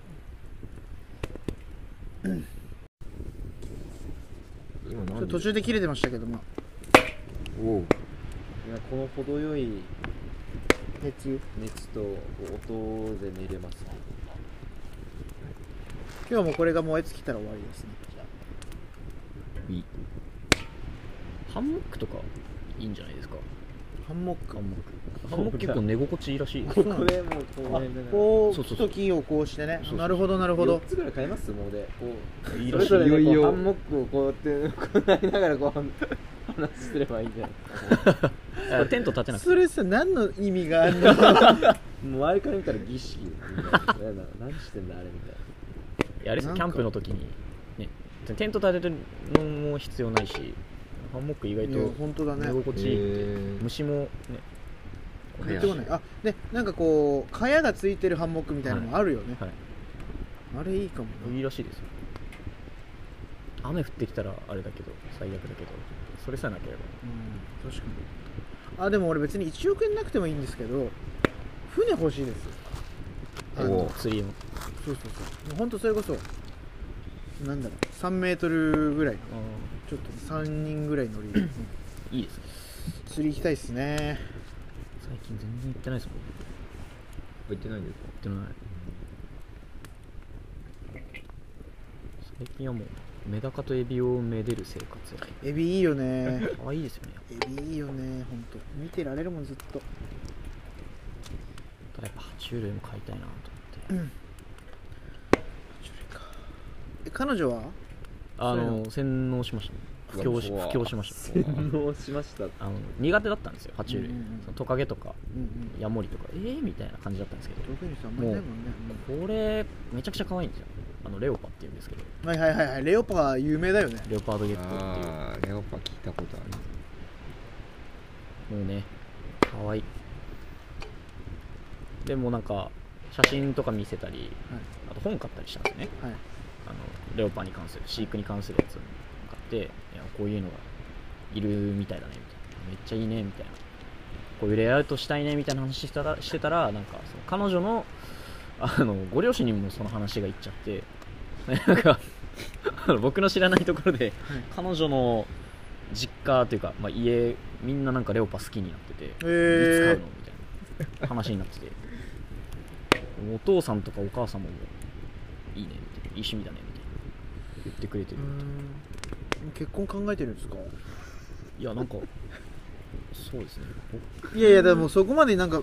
Speaker 4: 今
Speaker 3: ちょ
Speaker 4: な
Speaker 3: っ
Speaker 4: ん
Speaker 3: と途中で切れてましたけども
Speaker 4: おう
Speaker 1: この程よい
Speaker 3: 熱湯
Speaker 1: 熱と音で寝れますね
Speaker 3: 今日もこれが燃え尽きたら終わりですね
Speaker 2: ハンモックとかいいんじゃないですか
Speaker 3: ハンモック
Speaker 2: ハンモックハンモック結構寝心地いい らしいです
Speaker 3: そうなんだ
Speaker 1: れもうこ
Speaker 3: あこう
Speaker 2: そう
Speaker 3: 木
Speaker 2: そうそ
Speaker 3: と
Speaker 2: う
Speaker 3: 木をこうしてね
Speaker 2: そうそう
Speaker 3: なるほどなるほど
Speaker 1: つぐらい買えますもうでこう
Speaker 2: いい
Speaker 1: そ
Speaker 2: らし
Speaker 1: れ
Speaker 2: い
Speaker 1: ぞれね
Speaker 4: いよ
Speaker 1: こ
Speaker 4: いよ
Speaker 1: うハンモックをこうやってこうなりながらこう話すればいいんじゃないですか
Speaker 2: テント立てなくて
Speaker 3: それさ何の意味があるの
Speaker 1: もう周りから見たら儀式みたいなやだ何してんだあれみたい
Speaker 2: いやあれですよキ
Speaker 3: な
Speaker 2: ャ
Speaker 3: ん
Speaker 2: ン
Speaker 3: か
Speaker 2: プの時に、ね、テント立てるのも必要ないしハンモック意外
Speaker 3: いや
Speaker 2: と
Speaker 3: 本当だ
Speaker 2: 寝
Speaker 3: ね
Speaker 2: 心地いいって、
Speaker 4: へー
Speaker 2: 虫もね
Speaker 3: 言ってこないあねなんかこう蚊帳がついてるハンモックみたいなのもあるよね、
Speaker 2: はい
Speaker 3: あれいいかも
Speaker 2: いいらしいですよ雨降ってきたらあれだけど最悪だけどそれさえなければ
Speaker 3: うん確かにあでも俺別に1億円なくてもいいんですけど船欲しいですあ
Speaker 4: お
Speaker 3: の
Speaker 4: う
Speaker 2: 釣りも
Speaker 3: そうそうそうもうほんとそれこそなんだろう3メートルぐらいのちょっと3人ぐらい 乗りうん
Speaker 2: いいですね
Speaker 3: 釣り行きたいっすね
Speaker 2: 最近全然行ってないですもん行
Speaker 4: 入ってないんですか
Speaker 2: ってない最近はもうメダカとエビをめでる生活や
Speaker 3: エビいいよね
Speaker 2: 可愛いですよね
Speaker 3: エビいいよねほんと見てられるもんずっと
Speaker 2: やっぱ爬虫類も飼いたいなと思って
Speaker 3: え彼女は
Speaker 2: あ
Speaker 3: そういう
Speaker 2: の洗脳しましたね布教し
Speaker 4: うわ
Speaker 2: 布教しました
Speaker 1: な反応しました
Speaker 2: あの苦手だったんですよ爬虫類、
Speaker 3: うんうんうん
Speaker 2: そのトカゲとか
Speaker 3: うんうん
Speaker 2: ヤモリとかえーみたいな感じだったんですけど
Speaker 3: 遠くに人あんまりいないもんね
Speaker 2: これめちゃくちゃ可愛いんですよあのレオパっていうんですけど
Speaker 3: うんはいはいはいはいレオパは有名だよね
Speaker 2: レオパードゲットっていう
Speaker 4: ああレオパ聞いたことある
Speaker 2: もうね可愛いでもなんか写真とか見せたり、あと本買ったりしたんですよね
Speaker 3: はい
Speaker 2: あのレオパに関する飼育に関するやつを買っていやこういうのがいるみたいだねみたいなめっちゃいいねみたいなこういうレイアウトしたいねみたいな話してたらしてたらなんかその彼女のあのご両親にもその話がいっちゃってなんかあの僕の知らないところで、彼女の実家というか、まあ、家みんななんかレオパ好きになってて、
Speaker 3: へー
Speaker 2: いつ買うのみたいな話になっててお父さんとかお母さんもいいねみたいないい趣味だねみたいな言ってくれて
Speaker 3: う
Speaker 2: る
Speaker 3: ーん結婚考えてるんですか
Speaker 2: いやなんかそうですね
Speaker 3: いやいやでもそこまでなんか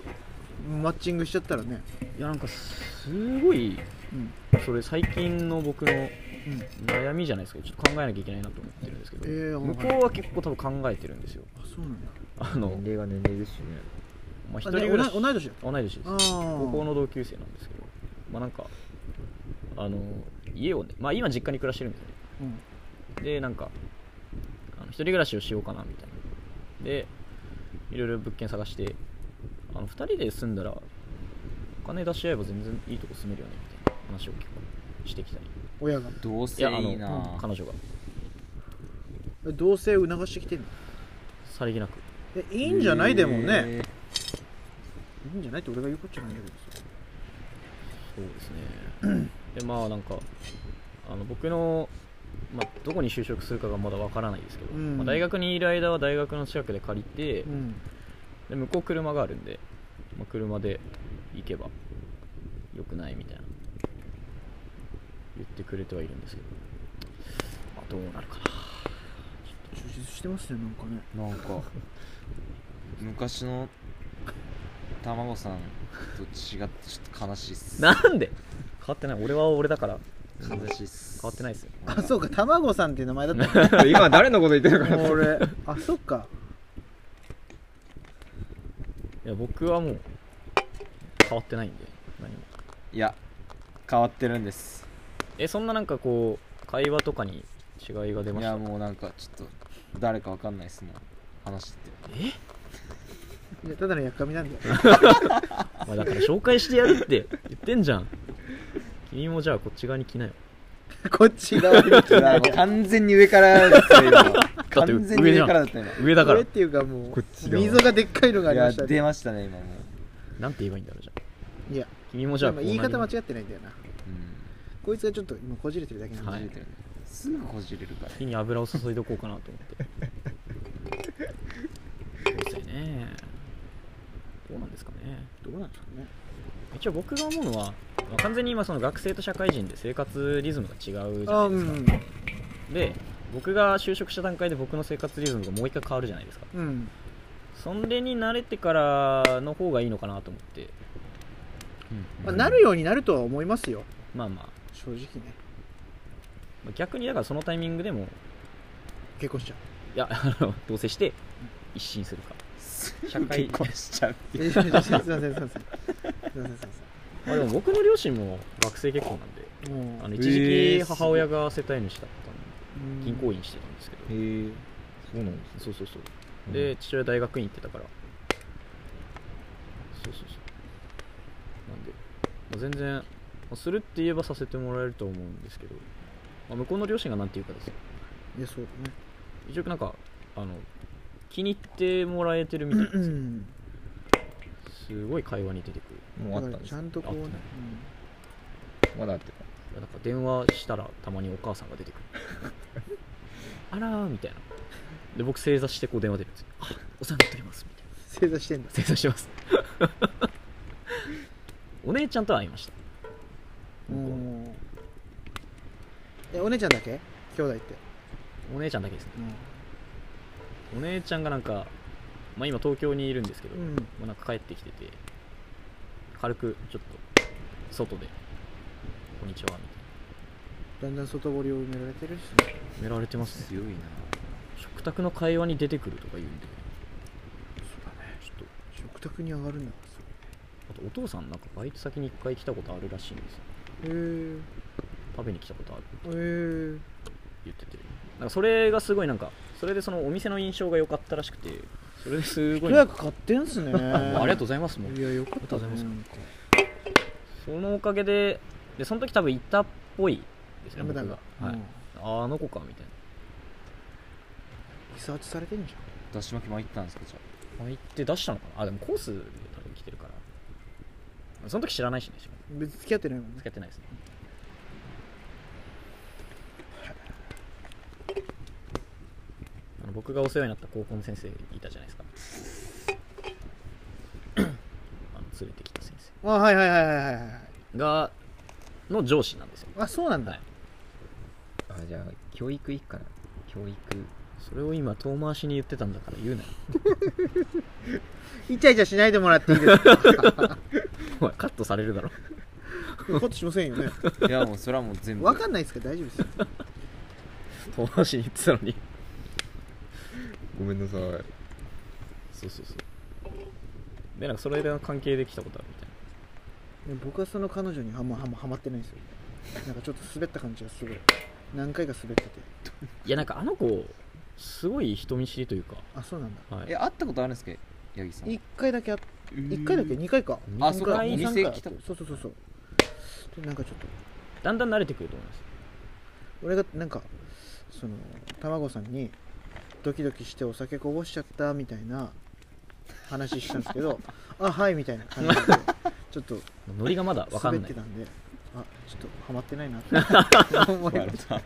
Speaker 3: マッチングしちゃったらね
Speaker 2: いやなんかすごい
Speaker 3: うん
Speaker 2: それ最近の僕の
Speaker 3: うん
Speaker 2: 悩みじゃないですけどちょっと考えなきゃいけないなと思ってるんですけど、
Speaker 3: えー、
Speaker 2: 向こうは結構多分考えてるんですよ
Speaker 3: あそうなんだ
Speaker 2: あの、
Speaker 4: 年齢が年齢ですしね
Speaker 2: まあ、一
Speaker 3: あ
Speaker 2: 人
Speaker 3: で
Speaker 2: 暮らし
Speaker 3: 同い同い年だ
Speaker 2: 同い年です
Speaker 3: ああ
Speaker 2: 高校の同級生なんですけどまあなんかあの家をねまあ今実家に暮らしてるんですよね
Speaker 3: うん
Speaker 2: でなんかあの一人暮らしをしようかなみたいなでいろいろ物件探してあの2人で住んだらお金出し合えば全然いいとこ住めるよねみたいな話を結構してきたり
Speaker 3: 親が
Speaker 1: どうせ
Speaker 2: い
Speaker 1: い
Speaker 2: やあの
Speaker 1: いな
Speaker 2: 彼女が
Speaker 3: え同棲を促してきてるの
Speaker 2: さりげなく
Speaker 3: えいいんじゃないでもね
Speaker 1: え
Speaker 3: いいんじゃないって俺が言うことじゃないんだけどさ
Speaker 2: そうで すねでまあなんかあの僕の、まあ、どこに就職するかがまだわからないですけど、
Speaker 3: うん
Speaker 2: まあ、大学にいる間は大学の近くで借りて、
Speaker 3: うん
Speaker 2: で向こう車があるんで、まあ、車で行けばよくないみたいな言ってくれてはいるんですけど、まあ、どうなるか
Speaker 3: 充実してますねなんかね
Speaker 2: ななんか
Speaker 1: 昔の卵さんと違ってちょっと悲しいっ す
Speaker 2: なんで変わってない俺は俺だから
Speaker 1: 悲しいっす
Speaker 2: 変わってないっすよ
Speaker 3: あそうか卵さんっていう名前だったの
Speaker 4: 今誰のこと言ってるのかな
Speaker 3: もう 俺あそっか
Speaker 2: いや僕はもう変わってないんで何も
Speaker 1: いや変わってるんです
Speaker 2: えそんななんかこう会話とかに違いが出ま
Speaker 1: い
Speaker 2: した
Speaker 1: やもうなんかちょっと誰かわかんないっすもん話してて
Speaker 3: いやただのやっかみなんだよ
Speaker 2: お前だから紹介してやるって言ってんじゃん君もじゃあこっち側に来なよ
Speaker 3: こっち側に来ない
Speaker 1: もう完全に上からですよ今
Speaker 2: って
Speaker 1: 完全に上からだった今
Speaker 2: 上だから
Speaker 3: 上っていうかも
Speaker 4: こ
Speaker 3: う
Speaker 4: っち側
Speaker 3: 溝がでっかいのがあ
Speaker 1: い
Speaker 3: り
Speaker 1: や
Speaker 3: ました
Speaker 1: 出
Speaker 3: ね
Speaker 1: ましたね今もう、
Speaker 2: なんて言えばいいんだろうじゃあ
Speaker 3: いや
Speaker 2: 君もじゃ
Speaker 3: で
Speaker 2: あ
Speaker 3: も言い方間違
Speaker 2: 違
Speaker 3: ってないんだよな
Speaker 1: う
Speaker 3: こいつがちょっと今こじれてるだけなん
Speaker 1: ん、
Speaker 3: で、
Speaker 1: こ
Speaker 2: は
Speaker 1: じ
Speaker 2: い
Speaker 1: れてるねすぐこじれるから
Speaker 2: 火に油を注いでおこうかなと思ってそうですよねどうなんですかね
Speaker 3: どうなんですかね
Speaker 2: 一応僕が思うのは、まあ完全に今その学生と社会人で生活リズムが違うじ
Speaker 3: あ
Speaker 2: ゃな
Speaker 3: う
Speaker 2: い
Speaker 3: んう
Speaker 2: ですか
Speaker 3: ん
Speaker 2: で僕が就職した段階で僕の生活リズムがもう一回変わるじゃないですか
Speaker 3: うん
Speaker 2: それに慣れてからの方がいいのかなと思って
Speaker 3: まあ、なるようになるとは思いますよ
Speaker 2: まあまあ
Speaker 3: 正直ね
Speaker 2: まあ逆にだからそのタイミングでも
Speaker 3: 結婚しちゃ
Speaker 2: いやあの同棲して一新するか社会
Speaker 1: 結婚しちゃう
Speaker 3: ういやいやいやすいませんすいませんすいませんすいませんすいま
Speaker 2: まあでも僕の両親も学生結婚なんで
Speaker 3: せんもう
Speaker 2: あの一時
Speaker 1: え
Speaker 2: 期
Speaker 1: ー
Speaker 2: 母親が世帯主だった
Speaker 3: うん
Speaker 2: んで銀行員してたんですけど、
Speaker 4: えそうなんで
Speaker 2: そうそうそうで父親大学院行ってたからそうそうそうなんで、まあ全然、まあするって言えばさせてもらえると思うんですけど、まあ向こうの両親が何て言うかですよ
Speaker 3: いやそうだね
Speaker 2: 一応なんかあの気に入ってもらえてるみたいなん
Speaker 3: う
Speaker 2: ですよ
Speaker 3: ん
Speaker 2: すごい会話に出てくる
Speaker 4: すもうあ
Speaker 3: だ
Speaker 4: っ
Speaker 3: から
Speaker 4: たんで
Speaker 3: ち
Speaker 4: す
Speaker 3: ゃんとこうね
Speaker 2: あったね
Speaker 4: まだあってた
Speaker 2: いやなんか電話したらたまにお母さんが出てくるあらーみたいなで僕正座してこう電話出るんですよあお世話になっておりますみたいな
Speaker 3: 正座してんだ
Speaker 2: 正座してます お姉ちゃんとは会いました
Speaker 3: うんえお姉ちゃんだけ兄弟って
Speaker 2: お姉ちゃんだけですね
Speaker 3: う
Speaker 2: お姉ちゃんがなんか、まあ、今東京にいるんですけど、
Speaker 3: ん、うん、
Speaker 2: もうなんか帰ってきてて軽くちょっと外で「こんにちは」みた
Speaker 3: だ
Speaker 2: い
Speaker 3: んだん外堀を埋められてるしね
Speaker 2: な埋められてますね
Speaker 1: 強いな
Speaker 2: 食卓の会話に出てくるとか言うんでそうだねちょっと
Speaker 3: 食卓に上がるんだ
Speaker 2: あとお父さんなんかバイト先に1回来たことあるらしいんですよ
Speaker 3: へえ
Speaker 2: 食べに来たことある
Speaker 3: へえ
Speaker 2: 言っててなんかそれがすごいなんかそれでそのお店の印象が良かったらしくてそれですごい
Speaker 3: 一
Speaker 2: なんか
Speaker 3: 役買ってんすね
Speaker 2: あもうありがとうございますもう
Speaker 3: いやよかったね
Speaker 2: ありがとうございます
Speaker 3: なんか
Speaker 2: そのおかげででその時多分いたっぽいですね
Speaker 3: ダメ
Speaker 2: 僕
Speaker 3: だ
Speaker 2: が、
Speaker 3: が
Speaker 2: は
Speaker 3: う
Speaker 2: い
Speaker 3: ん、
Speaker 2: ああの子かみたい
Speaker 3: リサーチされてんじ
Speaker 1: だし巻き参ったんですかじゃ
Speaker 2: な入って出したのかなあでもコースで多分来てるからその時知らないしねしかも
Speaker 3: ゃん別に付き合ってないもんね
Speaker 2: 付き合ってないですねあの僕がお世話になった高校の先生いたじゃないですか あの連れてきた先生
Speaker 3: あはいはいはいはいはいはい
Speaker 2: がの上司なんですよ
Speaker 3: あそうなんだ、
Speaker 2: はい
Speaker 4: あじゃあ教育いいかな教育
Speaker 2: それを今遠回しに言ってたんだから言うなよ
Speaker 3: イチャイチャしないでもらっていい ですか
Speaker 2: お前カットされるだろ
Speaker 3: カットしませんよね
Speaker 1: あいやもうそれはもう全部
Speaker 3: わかんないですから大丈夫ですよ
Speaker 2: 遠回しに言ってたのに
Speaker 4: ごめんなさい
Speaker 2: そうそうそうでなんかそれの関係で来たことあるみたい
Speaker 3: でも僕はその彼女にあんまはまはまってないんですよなんかちょっと滑った感じがすごい何回か滑ってて
Speaker 2: ないやなんかあの子すごい人見知りというか、
Speaker 3: あそうなんだ
Speaker 2: はい、
Speaker 1: え会ったことあるんですか八木さん
Speaker 3: 1回だけあ1回だけ2回か
Speaker 1: あそうか
Speaker 3: 二
Speaker 1: お
Speaker 3: 回
Speaker 1: 店
Speaker 3: 三回
Speaker 1: 来た
Speaker 3: そうそうそうそうでなんかちょっと
Speaker 2: だんだん慣れてくると思います
Speaker 3: 俺がなんかその卵さんにドキドキしてお酒こ ぼしちゃったみたいな話したんですけどあはいみたいな感じでちょっと
Speaker 2: ノリがまだ分か
Speaker 3: 滑っ
Speaker 2: んない
Speaker 3: てたんであちょっとハマってないなって思いました
Speaker 2: そう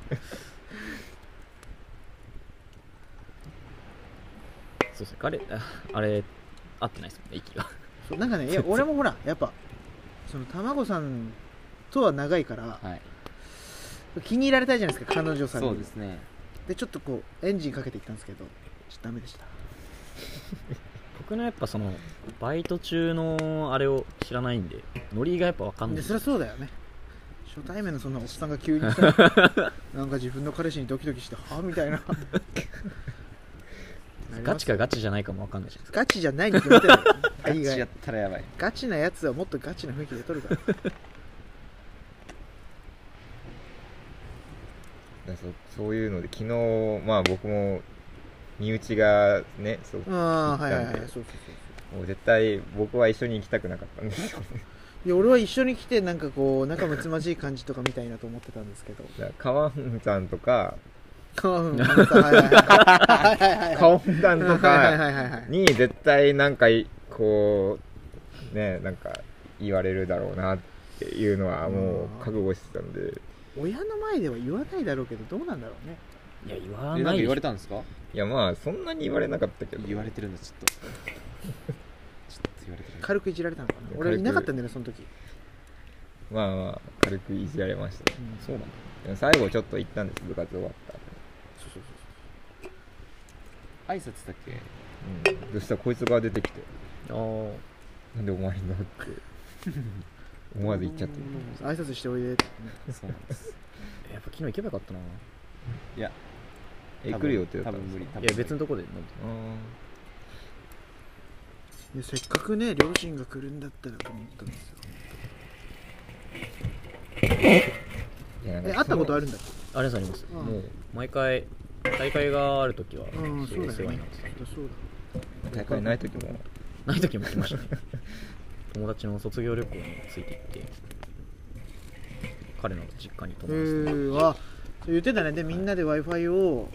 Speaker 2: ですね彼ああれ 合ってないですもんね息が
Speaker 3: そうなんかねいや俺もほらやっぱその卵さんとは長いから
Speaker 1: はい
Speaker 3: 気に入られたいじゃないですか彼女さんに
Speaker 1: そうですね
Speaker 3: でちょっとこうエンジンかけていったんですけどちょっとダメでした
Speaker 2: 僕のやっぱそのバイト中のあれを知らないんでノリがやっぱ分かんな
Speaker 3: で
Speaker 2: い
Speaker 3: そりゃそうだよね初対面のそんなおっさんが急にさなんか自分の彼氏にドキドキしてはみたいな
Speaker 2: ガチかガチじゃないかも分かんないじゃないですか
Speaker 3: ガチじゃないに決まってるよ
Speaker 1: ガチ
Speaker 3: 意外
Speaker 1: やったらやばい
Speaker 3: ガチなやつはもっとガチな雰囲気で撮るから
Speaker 4: だからそそういうので昨日まあ僕も身内がねそう
Speaker 3: ああはいはいはい
Speaker 4: 行ったんで
Speaker 3: そうそうそう
Speaker 4: もう絶対僕は一緒に行きたくなかったんですよ ね
Speaker 3: いや俺は一緒に来てなんかこう仲睦まじい感じとか見たいなと思ってたんですけ ど
Speaker 4: だから川本さんとか
Speaker 3: うんうんはいはいはいはいはいはい
Speaker 4: 川本さんと
Speaker 3: はいは
Speaker 4: か
Speaker 3: いはいはい
Speaker 4: に絶対なんかいこうねなんか言われるだろうなっていうのはもう覚悟してたんで
Speaker 3: 親の前では言わないだろうけどどうなんだろうね
Speaker 2: いや言
Speaker 1: え
Speaker 2: わ
Speaker 1: なん
Speaker 2: な
Speaker 1: か
Speaker 2: い
Speaker 1: 言わ
Speaker 2: で
Speaker 1: れたんですか
Speaker 4: いやまあそんなに言われなかったけど
Speaker 1: 言われてるんだちょっとちょっと言われてる
Speaker 3: 軽くいじられたのかな
Speaker 4: 軽く
Speaker 3: 俺いなかったんだよねその時
Speaker 4: まあまあ軽くいじられましたね
Speaker 3: うん
Speaker 2: そうなんだ
Speaker 4: でも最後ちょっと行ったんです部活終わった後
Speaker 3: そうそうそ
Speaker 1: 挨拶だけ
Speaker 4: うん、そしたらこいつが出てきて
Speaker 2: あー
Speaker 4: 「なんでお前にな」って思わず言っちゃって
Speaker 3: うそう挨拶しておいでって
Speaker 1: そうなんです
Speaker 2: やっぱ昨日行けばよかったない
Speaker 1: いや
Speaker 4: え
Speaker 1: 多
Speaker 4: 来
Speaker 1: 分
Speaker 4: る予定
Speaker 1: 多
Speaker 4: だった
Speaker 1: 分
Speaker 4: ん
Speaker 1: 無
Speaker 4: で
Speaker 1: 理
Speaker 4: す
Speaker 1: 多分無理
Speaker 2: や別のとこで飲んで
Speaker 4: かうん
Speaker 3: いやせっかくね両親が来るんだったらと思ったんですよ
Speaker 4: いやなん
Speaker 3: え
Speaker 4: か
Speaker 3: 会ったことあ
Speaker 4: る
Speaker 3: るんだっけ
Speaker 2: ありますあります、
Speaker 3: うん
Speaker 2: もう毎回大会がある時は
Speaker 3: うん
Speaker 2: そ
Speaker 3: そう
Speaker 2: う
Speaker 3: だ
Speaker 2: いう
Speaker 3: よ
Speaker 2: 世話
Speaker 3: ね
Speaker 2: になってた
Speaker 3: きっとそうだ
Speaker 4: 大会ない時も
Speaker 2: ない時も来ましたね友達の卒業旅行について行って彼の実家に泊
Speaker 3: へ
Speaker 2: まらせてもらって
Speaker 3: ーあそう言ってたねでみんなで w i f i を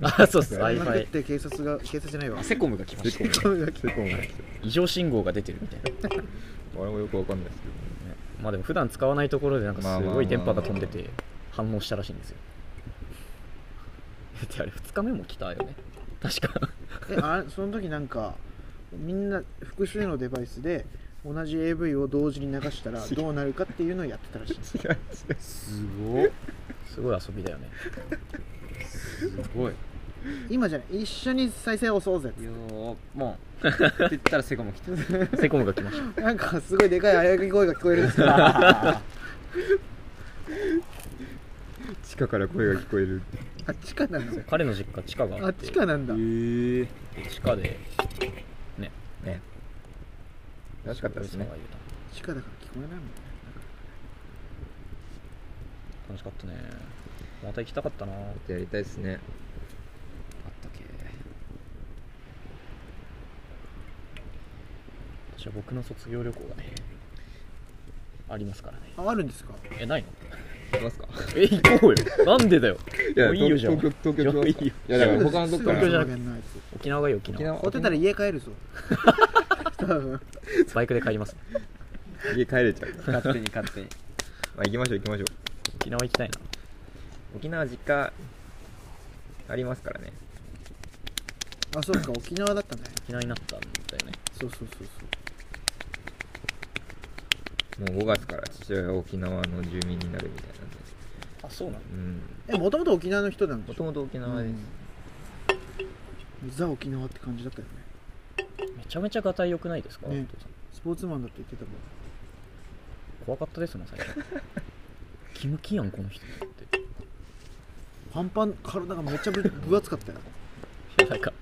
Speaker 2: あそうっ す
Speaker 4: は
Speaker 3: や
Speaker 2: w
Speaker 3: り
Speaker 2: i
Speaker 3: ま
Speaker 2: f
Speaker 3: くって
Speaker 2: i
Speaker 3: 警察が警察じゃないわ
Speaker 1: あセコムが来ました
Speaker 4: セコムが来て
Speaker 2: 異常信号が出てるみたいな、ね
Speaker 4: 俺もよくわかんないですけ
Speaker 2: まあでも普段使わないところでなんかす
Speaker 4: まあま
Speaker 2: ご
Speaker 4: あ
Speaker 2: い電波が飛んでて反応したらしいんですよだってあれ2日目も来たよね確か
Speaker 3: えあその時なんかみんな複数のデバイスで同じ AV を同時に流した らどうなるかっていうのをやってたらしい
Speaker 4: ど違う違う
Speaker 1: すごい
Speaker 2: すごい遊びだよね
Speaker 1: すごい
Speaker 3: 今じゃない一緒に再生を押そうぜっ
Speaker 1: いやーもうって言ったらセコム来た
Speaker 2: セコムが来ました
Speaker 3: てなんかすごいでかい危うい声が聞こえるんですけど
Speaker 4: 地下から声が聞こえる
Speaker 3: あっちかなんですよ
Speaker 2: 彼の実家地下が
Speaker 3: あ
Speaker 2: あ
Speaker 3: っ
Speaker 2: って
Speaker 3: ちかなんだ
Speaker 1: え
Speaker 2: 地下で
Speaker 4: ね楽しかったですね
Speaker 2: ごい騒いでた
Speaker 3: 地下だから聞こえないもんね
Speaker 2: 楽しかったねまた行きたかったな
Speaker 4: やりたいですね
Speaker 1: あったっけ
Speaker 2: 私は僕の卒業旅行がねありますからね
Speaker 3: ああるんですか
Speaker 2: えないの
Speaker 4: 行きますか
Speaker 2: え行こうよなんでだよ
Speaker 4: いや
Speaker 2: もういいよじゃあ
Speaker 4: 東京東京
Speaker 2: いやいいよ
Speaker 4: いやだから他の
Speaker 3: す
Speaker 4: と
Speaker 3: ぐ
Speaker 4: こ
Speaker 3: すぐすぐ
Speaker 2: 東
Speaker 4: か
Speaker 2: 京じゃ
Speaker 4: ら
Speaker 3: や
Speaker 2: なん
Speaker 3: ないやつ
Speaker 2: 沖縄がいいよ沖縄
Speaker 4: 沖
Speaker 3: 凍ってたら家帰るぞ多分
Speaker 2: バイクで帰ります
Speaker 4: 家帰れちゃうから
Speaker 1: 勝手に勝手に
Speaker 4: まあ行きましょう行きましょう
Speaker 2: 沖縄行きたいな
Speaker 4: 沖縄実家ありますからね
Speaker 3: あそうか沖縄だったね
Speaker 2: 沖縄になったんだよね
Speaker 3: そうそうそうそう
Speaker 4: もう5月から父親が沖縄の住民になるみたいなんで
Speaker 2: あそうなの
Speaker 4: うん
Speaker 3: えもともと沖縄の人なんで
Speaker 4: も
Speaker 3: しょ
Speaker 4: ともと沖縄です、
Speaker 3: うんザ沖縄って感じだったよね
Speaker 2: めちゃめちゃがたい良くないですか、
Speaker 3: ね
Speaker 2: お父さん
Speaker 3: スポーツマンだって言ってたもん
Speaker 2: 怖かったですもん最初キムキやんこの人って
Speaker 3: パンパン体がめっちゃぶ分厚かったよ
Speaker 2: いやなんか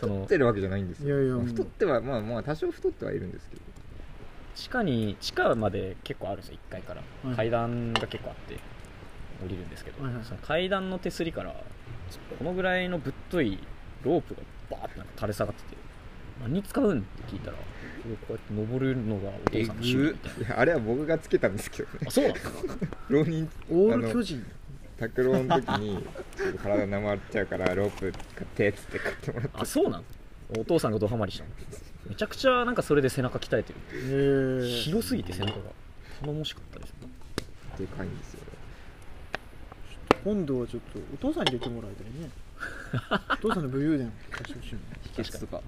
Speaker 2: その
Speaker 4: 太ってるわけじゃないんですよ
Speaker 3: いやいや
Speaker 4: まあ
Speaker 3: もう
Speaker 4: 太ってはまあまあ多少太ってはいるんですけど
Speaker 2: 地下に地下まで結構あるんですよ1階から、
Speaker 3: はい
Speaker 2: 階段が結構あって降りるんですけど、
Speaker 3: はいはい
Speaker 2: その階段の手すりからこのぐらいのぶっといロープがバーってなんか垂れ下がってて何に使うんって聞いたらこうやって登るのがお父さんの趣味みたい
Speaker 4: いやあれは僕がつけたんですけどね
Speaker 2: なあそうなんですか
Speaker 4: 浪人
Speaker 3: オール巨人
Speaker 4: 拓郎の時にちょっと体なまっちゃうからロープ買ってっつって買ってもらっ
Speaker 2: あそうなんお父さんがドハマりしたのめちゃくちゃなんかそれで背中鍛えてる
Speaker 3: へー
Speaker 2: 広すぎて背中が頼もしかったですね
Speaker 4: でかいんですよ
Speaker 3: 今度はちょっとお父さんに出てもらいたい ねお父さんの武勇伝貸してほしいな
Speaker 1: 秘訣とか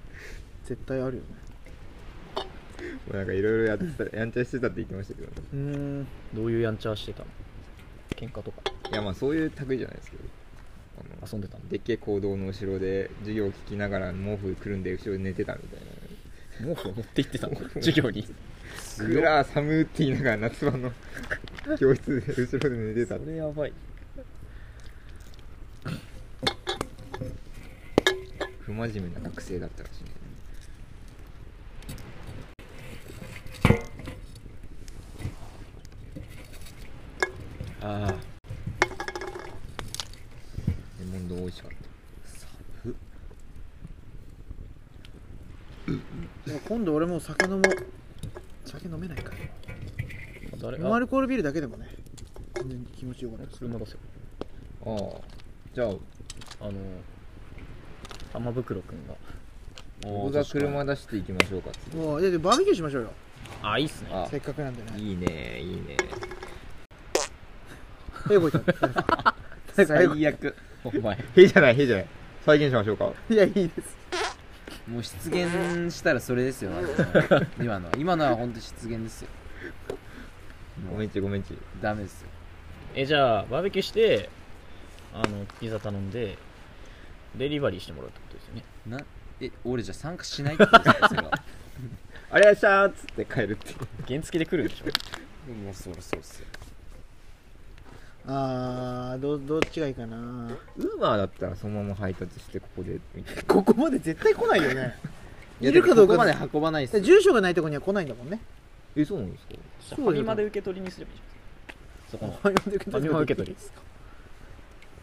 Speaker 3: 絶対あるよね
Speaker 4: もうなんかいろいろやってたやんちゃしてたって言ってましたけど、
Speaker 3: うーん
Speaker 2: どういうやんちゃしてたの喧嘩とか
Speaker 4: いやまあそういう類じゃないですけどあの
Speaker 2: 遊んでたんで
Speaker 4: でっけえ講堂の後ろで授業を聞きながら毛布くるんで後ろで寝てたみたいな
Speaker 2: 毛布を持って行ってたの授業に
Speaker 4: クーラー寒って言いながら夏場の教室で後ろで寝てた
Speaker 2: それやばい
Speaker 4: 不真面目な学生だったらしいね
Speaker 2: ああ
Speaker 4: レモンド美味しかっ
Speaker 3: でも今度俺もう酒飲もう酒飲めないから
Speaker 2: 誰
Speaker 3: ノンア
Speaker 2: あ
Speaker 3: ルコールビールだけでもね全然気持ちよかったです
Speaker 2: 車出すよ
Speaker 4: たああじゃあ
Speaker 2: あの玉袋くんが
Speaker 4: 僕が車出していきましょうかって
Speaker 3: もういやでバーベキューしましょうよ
Speaker 2: あいいっすね
Speaker 4: あ
Speaker 3: せっかくなんでね
Speaker 4: いいねいいね
Speaker 3: 英語いた誰か英語 い
Speaker 1: 最悪
Speaker 2: お前
Speaker 4: へいじゃないへいじゃない再現しましょうか
Speaker 3: や いいです
Speaker 1: もう出現したらそれですよマジで 今のは今のは本当出現ですよ
Speaker 4: ごめんちごめんち
Speaker 1: ダメですよ
Speaker 2: えじゃあバーベキューしてあのピザ頼んでデリバリーしてもらうってことですよね
Speaker 1: なえ俺じゃ参加しないってことですかそれは
Speaker 4: あれっしゃーっつって帰るっていう
Speaker 2: 原付で来るんでしょ
Speaker 1: もうそろそうっすよ
Speaker 3: あーどどっちがいいかな
Speaker 4: ウーバーだったらそのまま配達してここでみたいな
Speaker 3: ここまで絶対来ないよ ね
Speaker 1: いや
Speaker 3: いるかどうか
Speaker 1: でもここまで運ばないっすよ
Speaker 3: 住所がないとこには来ないんだもんね
Speaker 4: えそうなんですか
Speaker 2: ファミマで受け取りにすればいい じゃんそこの
Speaker 3: ファミマで受け
Speaker 2: ファミマ受け取り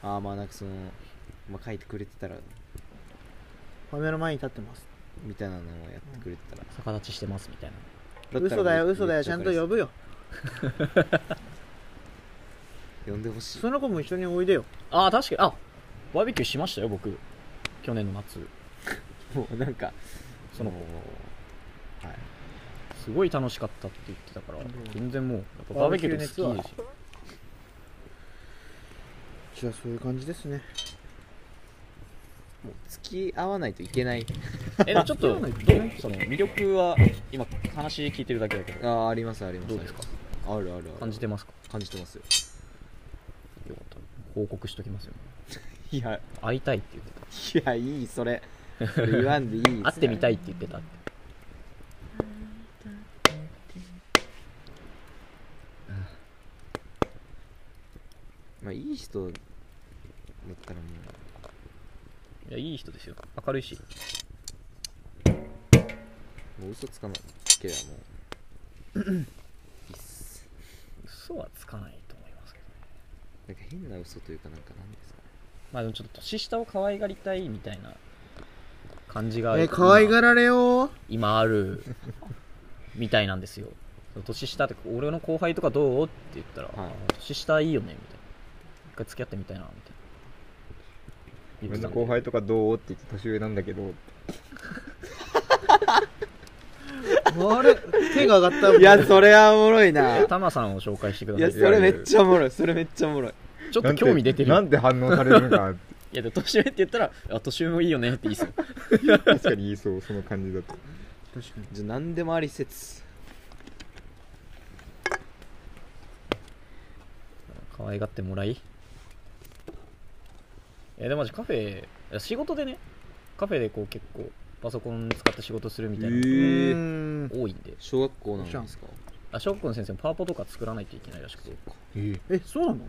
Speaker 1: ああまあなんかその、まあ、書いてくれてたら
Speaker 3: ファミマの前に立ってます
Speaker 1: みたいなのをやってくれてたら
Speaker 2: 逆立ちしてますみたい
Speaker 1: った
Speaker 2: な
Speaker 3: 嘘
Speaker 1: ら
Speaker 3: だよ
Speaker 1: めっ
Speaker 3: 嘘だよ
Speaker 1: めっ
Speaker 3: ちゃん
Speaker 1: ゃ
Speaker 3: と呼ぶよ
Speaker 1: 呼んでほしい
Speaker 3: その子も一緒においでよ
Speaker 2: ああ確かにあバーベキューしましたよ僕去年の夏
Speaker 1: もうなんか
Speaker 2: その
Speaker 1: も
Speaker 2: 子
Speaker 1: うはい
Speaker 2: すごい楽しかったって言ってたから
Speaker 3: ん
Speaker 2: 全然もうやっぱバーベキューって好きですよ
Speaker 3: じゃあそういう感じですね
Speaker 1: もう付き合わないといけない
Speaker 2: えちょっとどうその魅力は今話聞いてるだけだけど
Speaker 1: ああありますあります
Speaker 2: どうですか
Speaker 1: あるあるある
Speaker 2: 感じてますか
Speaker 1: 感じてますよ
Speaker 2: よかった報告しときますよ
Speaker 1: いや
Speaker 2: 会いたいって言ってた
Speaker 1: いやいいそれそれ言わんでい い
Speaker 2: 会ってみた
Speaker 1: い
Speaker 2: いって言ってた
Speaker 1: まあいい人だったらも
Speaker 2: いやいい人ですよ明るいし
Speaker 1: うもう嘘つかなければもういいっす
Speaker 2: 嘘はつかないと思いますけ
Speaker 1: な
Speaker 2: どね
Speaker 1: んか変な嘘というかなんかなんですかね
Speaker 2: まあでもちょっと年下を可愛がりたいみたいな感じが
Speaker 3: え可愛がられよ
Speaker 2: 今あるみたいなんですよ年下って俺の後輩とかどうって言ったら、
Speaker 1: はい
Speaker 2: 年下いいよねみたいな一回付き合ってみたいなみたいな言っ
Speaker 4: 俺
Speaker 2: てたん
Speaker 4: の
Speaker 2: で
Speaker 4: 後輩とかどうって言って年上なんだけど
Speaker 3: あれ手が上がった
Speaker 1: いやそれはおもろいな
Speaker 2: タマさんを紹介してく
Speaker 1: い
Speaker 2: だ
Speaker 1: や
Speaker 2: さ
Speaker 1: そ
Speaker 2: い
Speaker 1: れめっちゃおもろいそれめっちゃおもろい
Speaker 2: ちょっと興味出てる
Speaker 4: なんてなんて反応されるのか
Speaker 2: いやでも年上って言ったらあ年上もいいよねって言いそう
Speaker 4: 確かに言いそうその感じだと
Speaker 3: 確かに
Speaker 1: じゃあ何でもあり説
Speaker 2: 可愛がってもらいいやでもマジカフェいや仕事でねカフェでこう結構パソコン使って仕事するみたいなの
Speaker 3: う
Speaker 4: えー
Speaker 3: ーん
Speaker 2: 多いんで
Speaker 1: 小学校なんですか
Speaker 2: あ小学校の先生もパワポとか作らないといけないらしくてい
Speaker 4: え
Speaker 3: えそうなの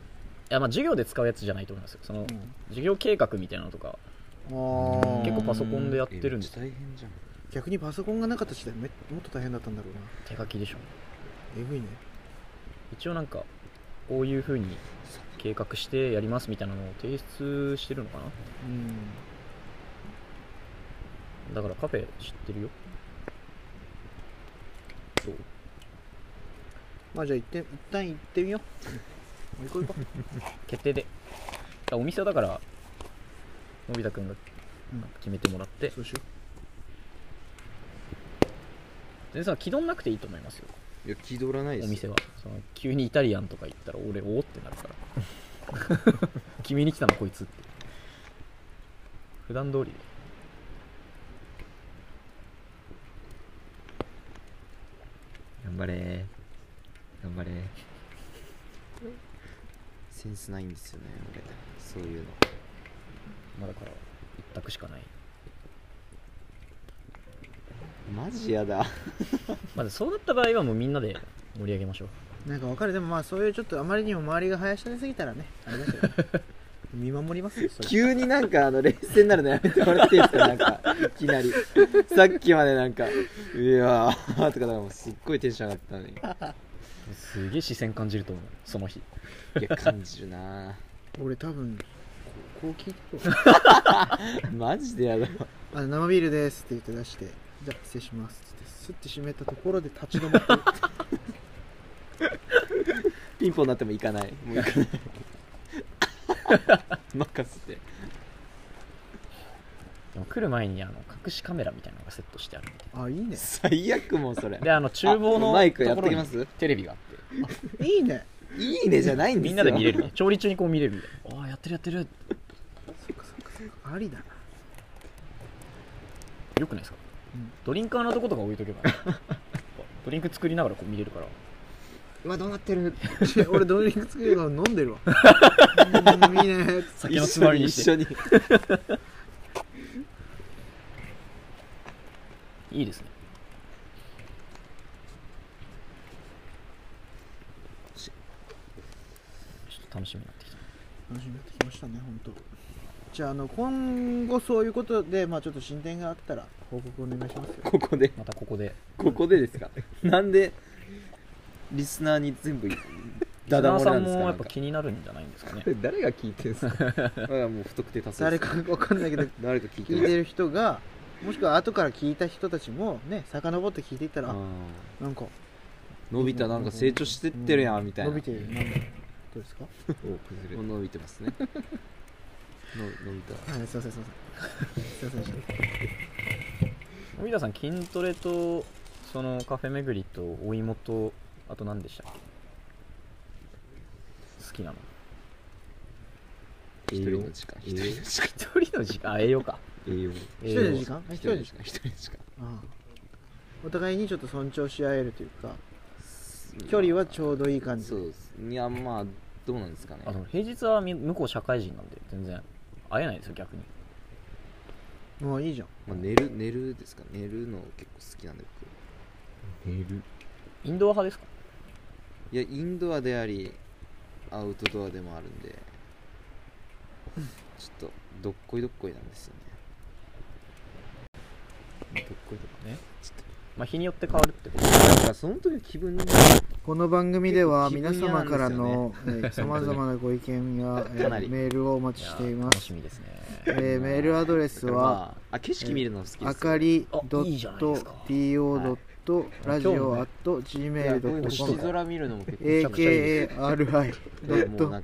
Speaker 2: やまあ授業で使うやつじゃないと思いますよその授業計画みたいなのとか
Speaker 3: ああ
Speaker 2: 結構パソコンでやってるんです
Speaker 1: えめっちゃ大変じゃん
Speaker 3: 逆にパソコンがなかった時代めもっと大変だったんだろうな
Speaker 2: 手書きでしょ
Speaker 3: えぐいね
Speaker 2: 一応なんかこういうふうに計画してやりますみたいなのを提出してるのかな
Speaker 3: うん
Speaker 2: だからカフェ知ってるよそう
Speaker 3: まあじゃあ行って一旦行ってみよう行こう 行こ
Speaker 2: 決定であお店はだからのび太くんが
Speaker 3: うん
Speaker 2: 決めてもらって
Speaker 3: うそうしよ
Speaker 2: 全然さ気取んなくていいと思いますよ
Speaker 1: いや気取らないで
Speaker 2: お
Speaker 1: す
Speaker 2: 店はその急にイタリアンとか行ったら俺おおってなるから 君に来たのこいつって普段通りで
Speaker 4: 頑張れー頑張れー
Speaker 1: センスないんですよね俺そういうの
Speaker 2: まあだから一択しかない
Speaker 1: マジやだ
Speaker 2: まあそうなった場合はもうみんなで盛り上げましょう
Speaker 3: なんかわかるでもまあそういうちょっとあまりにも周りが林にすぎたらねあれだけどね 見守りますよそれ
Speaker 1: 急になんかあの冷静になるのやめてもらっていいですかなんかいきなりさっきまでなんか「いやー」とかなんかもうすっごいテンション上がったのにい
Speaker 2: すげえ視線感じると思うその日
Speaker 1: や感じるな
Speaker 3: 俺多分ここう聞いてこう
Speaker 1: ーマジでやだ
Speaker 3: あの生ビールですって言って出してじゃあ失礼しますってスッて閉めたところで立ち止まって
Speaker 1: ピンポンになっても行かないもう行かない任せて
Speaker 2: でも来る前にあの隠しカメラみたいなのがセットしてあるみたい
Speaker 3: あいいね
Speaker 1: 最悪もうそれ
Speaker 2: であの厨房の
Speaker 1: あマイクや
Speaker 2: と
Speaker 1: っ
Speaker 2: こ
Speaker 1: て
Speaker 2: ろ
Speaker 1: き
Speaker 2: に
Speaker 1: ます
Speaker 2: テレビがあって
Speaker 3: いいね
Speaker 1: いいねじゃないんです
Speaker 2: み
Speaker 1: よ
Speaker 2: んなで見れるね調理中にこう見れるみたいなああやってるやってる
Speaker 3: ありだな
Speaker 2: よくないですか、
Speaker 3: うん
Speaker 2: ドリンカーのとことか置いと けばドリンク作りながらこう見れるから
Speaker 1: うわどうなってる
Speaker 3: ち俺ドリンク作るの飲んで るわうんいいね
Speaker 2: 酒のつまみに
Speaker 1: 一
Speaker 2: して
Speaker 1: 緒に一緒
Speaker 2: いいですねちょっと楽しみになってきた
Speaker 3: 楽しみになってきましたね本当。じゃああの今後そういうことで、まあ、ちょっと進展があったら報告お願いしますよ
Speaker 1: にここで
Speaker 2: またここで
Speaker 1: ここでですかなんでリスナーに全部ダダ
Speaker 2: リ
Speaker 1: 漏
Speaker 2: ス
Speaker 1: れな
Speaker 2: ナーさ
Speaker 1: ん
Speaker 2: ん
Speaker 1: ですか
Speaker 2: もや
Speaker 1: な
Speaker 2: っ
Speaker 1: ん
Speaker 2: ぱ
Speaker 1: か
Speaker 2: 気になるんじゃないんですかね
Speaker 4: これ誰が聞いてんすか
Speaker 1: あもう不特定多数
Speaker 3: 誰
Speaker 1: です
Speaker 3: かわかんないけど
Speaker 1: 誰か聞いて
Speaker 3: 聞
Speaker 1: る
Speaker 3: いてる 人がもしくは後から聞いた人たちもね遡って聞いていったら、あ
Speaker 1: う
Speaker 3: なんか
Speaker 1: ん伸びたなんか成長してってるやんみたいな
Speaker 3: 伸びてるなんだどうですか
Speaker 4: お崩れ
Speaker 1: もう伸びてますね の伸びた
Speaker 3: はいすいませんすいま せんすいませんでした
Speaker 2: 富田さん筋トレとそのカフェ巡りとお芋とあと何でしたっけ好きなの
Speaker 1: 一人の時間
Speaker 4: 栄
Speaker 1: 一
Speaker 4: 養
Speaker 1: 人の時間
Speaker 2: 一人の時間あ栄養か
Speaker 4: 栄養
Speaker 3: 一人の時間あ
Speaker 1: 一人の
Speaker 3: 一人の
Speaker 1: 時間一
Speaker 3: 時間
Speaker 1: 人の時間
Speaker 3: ああお互いにちょっと尊重し合えるというか距離はちょうどいい感じ
Speaker 1: そうですいやまあどうなんですかね
Speaker 2: あの平日はみ向こう社会人なんで全然会えないですよ逆に
Speaker 3: もういいじゃん
Speaker 1: まあ寝る寝るですか寝るの結構好きなんで僕
Speaker 4: 寝る
Speaker 2: インドア派ですか
Speaker 1: いやインドアでありアウトドアでもあるんでちょっとどっこいどっこいなんですよね
Speaker 2: どっこいとかねまあ日によって変わるってこと
Speaker 1: なんかその時の気分に
Speaker 3: この番組では
Speaker 1: 結
Speaker 3: 皆
Speaker 1: 構気分屋な
Speaker 3: 様
Speaker 1: ん
Speaker 3: から
Speaker 1: で
Speaker 3: の さまざまなご意見や、え
Speaker 1: かなり
Speaker 3: ーメールをお待ちしていま
Speaker 2: 楽
Speaker 3: す
Speaker 2: し、みですね
Speaker 3: えーメールアドレスは
Speaker 1: まああ景色見るの好きですよ
Speaker 3: あかり
Speaker 2: あいいじゃないですか
Speaker 1: いやこういう星
Speaker 3: .do.radio.gmail.com
Speaker 1: 空見るのも結構
Speaker 3: akari.do.radio.gmail.com
Speaker 2: 今の時期だったら何の花とか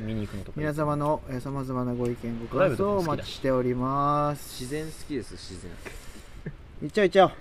Speaker 2: 見に行くのとか
Speaker 3: 皆様のさまざまなご意見ご感想をお待ちしております
Speaker 1: 自然好きです自然
Speaker 3: いっちゃおういっちゃおう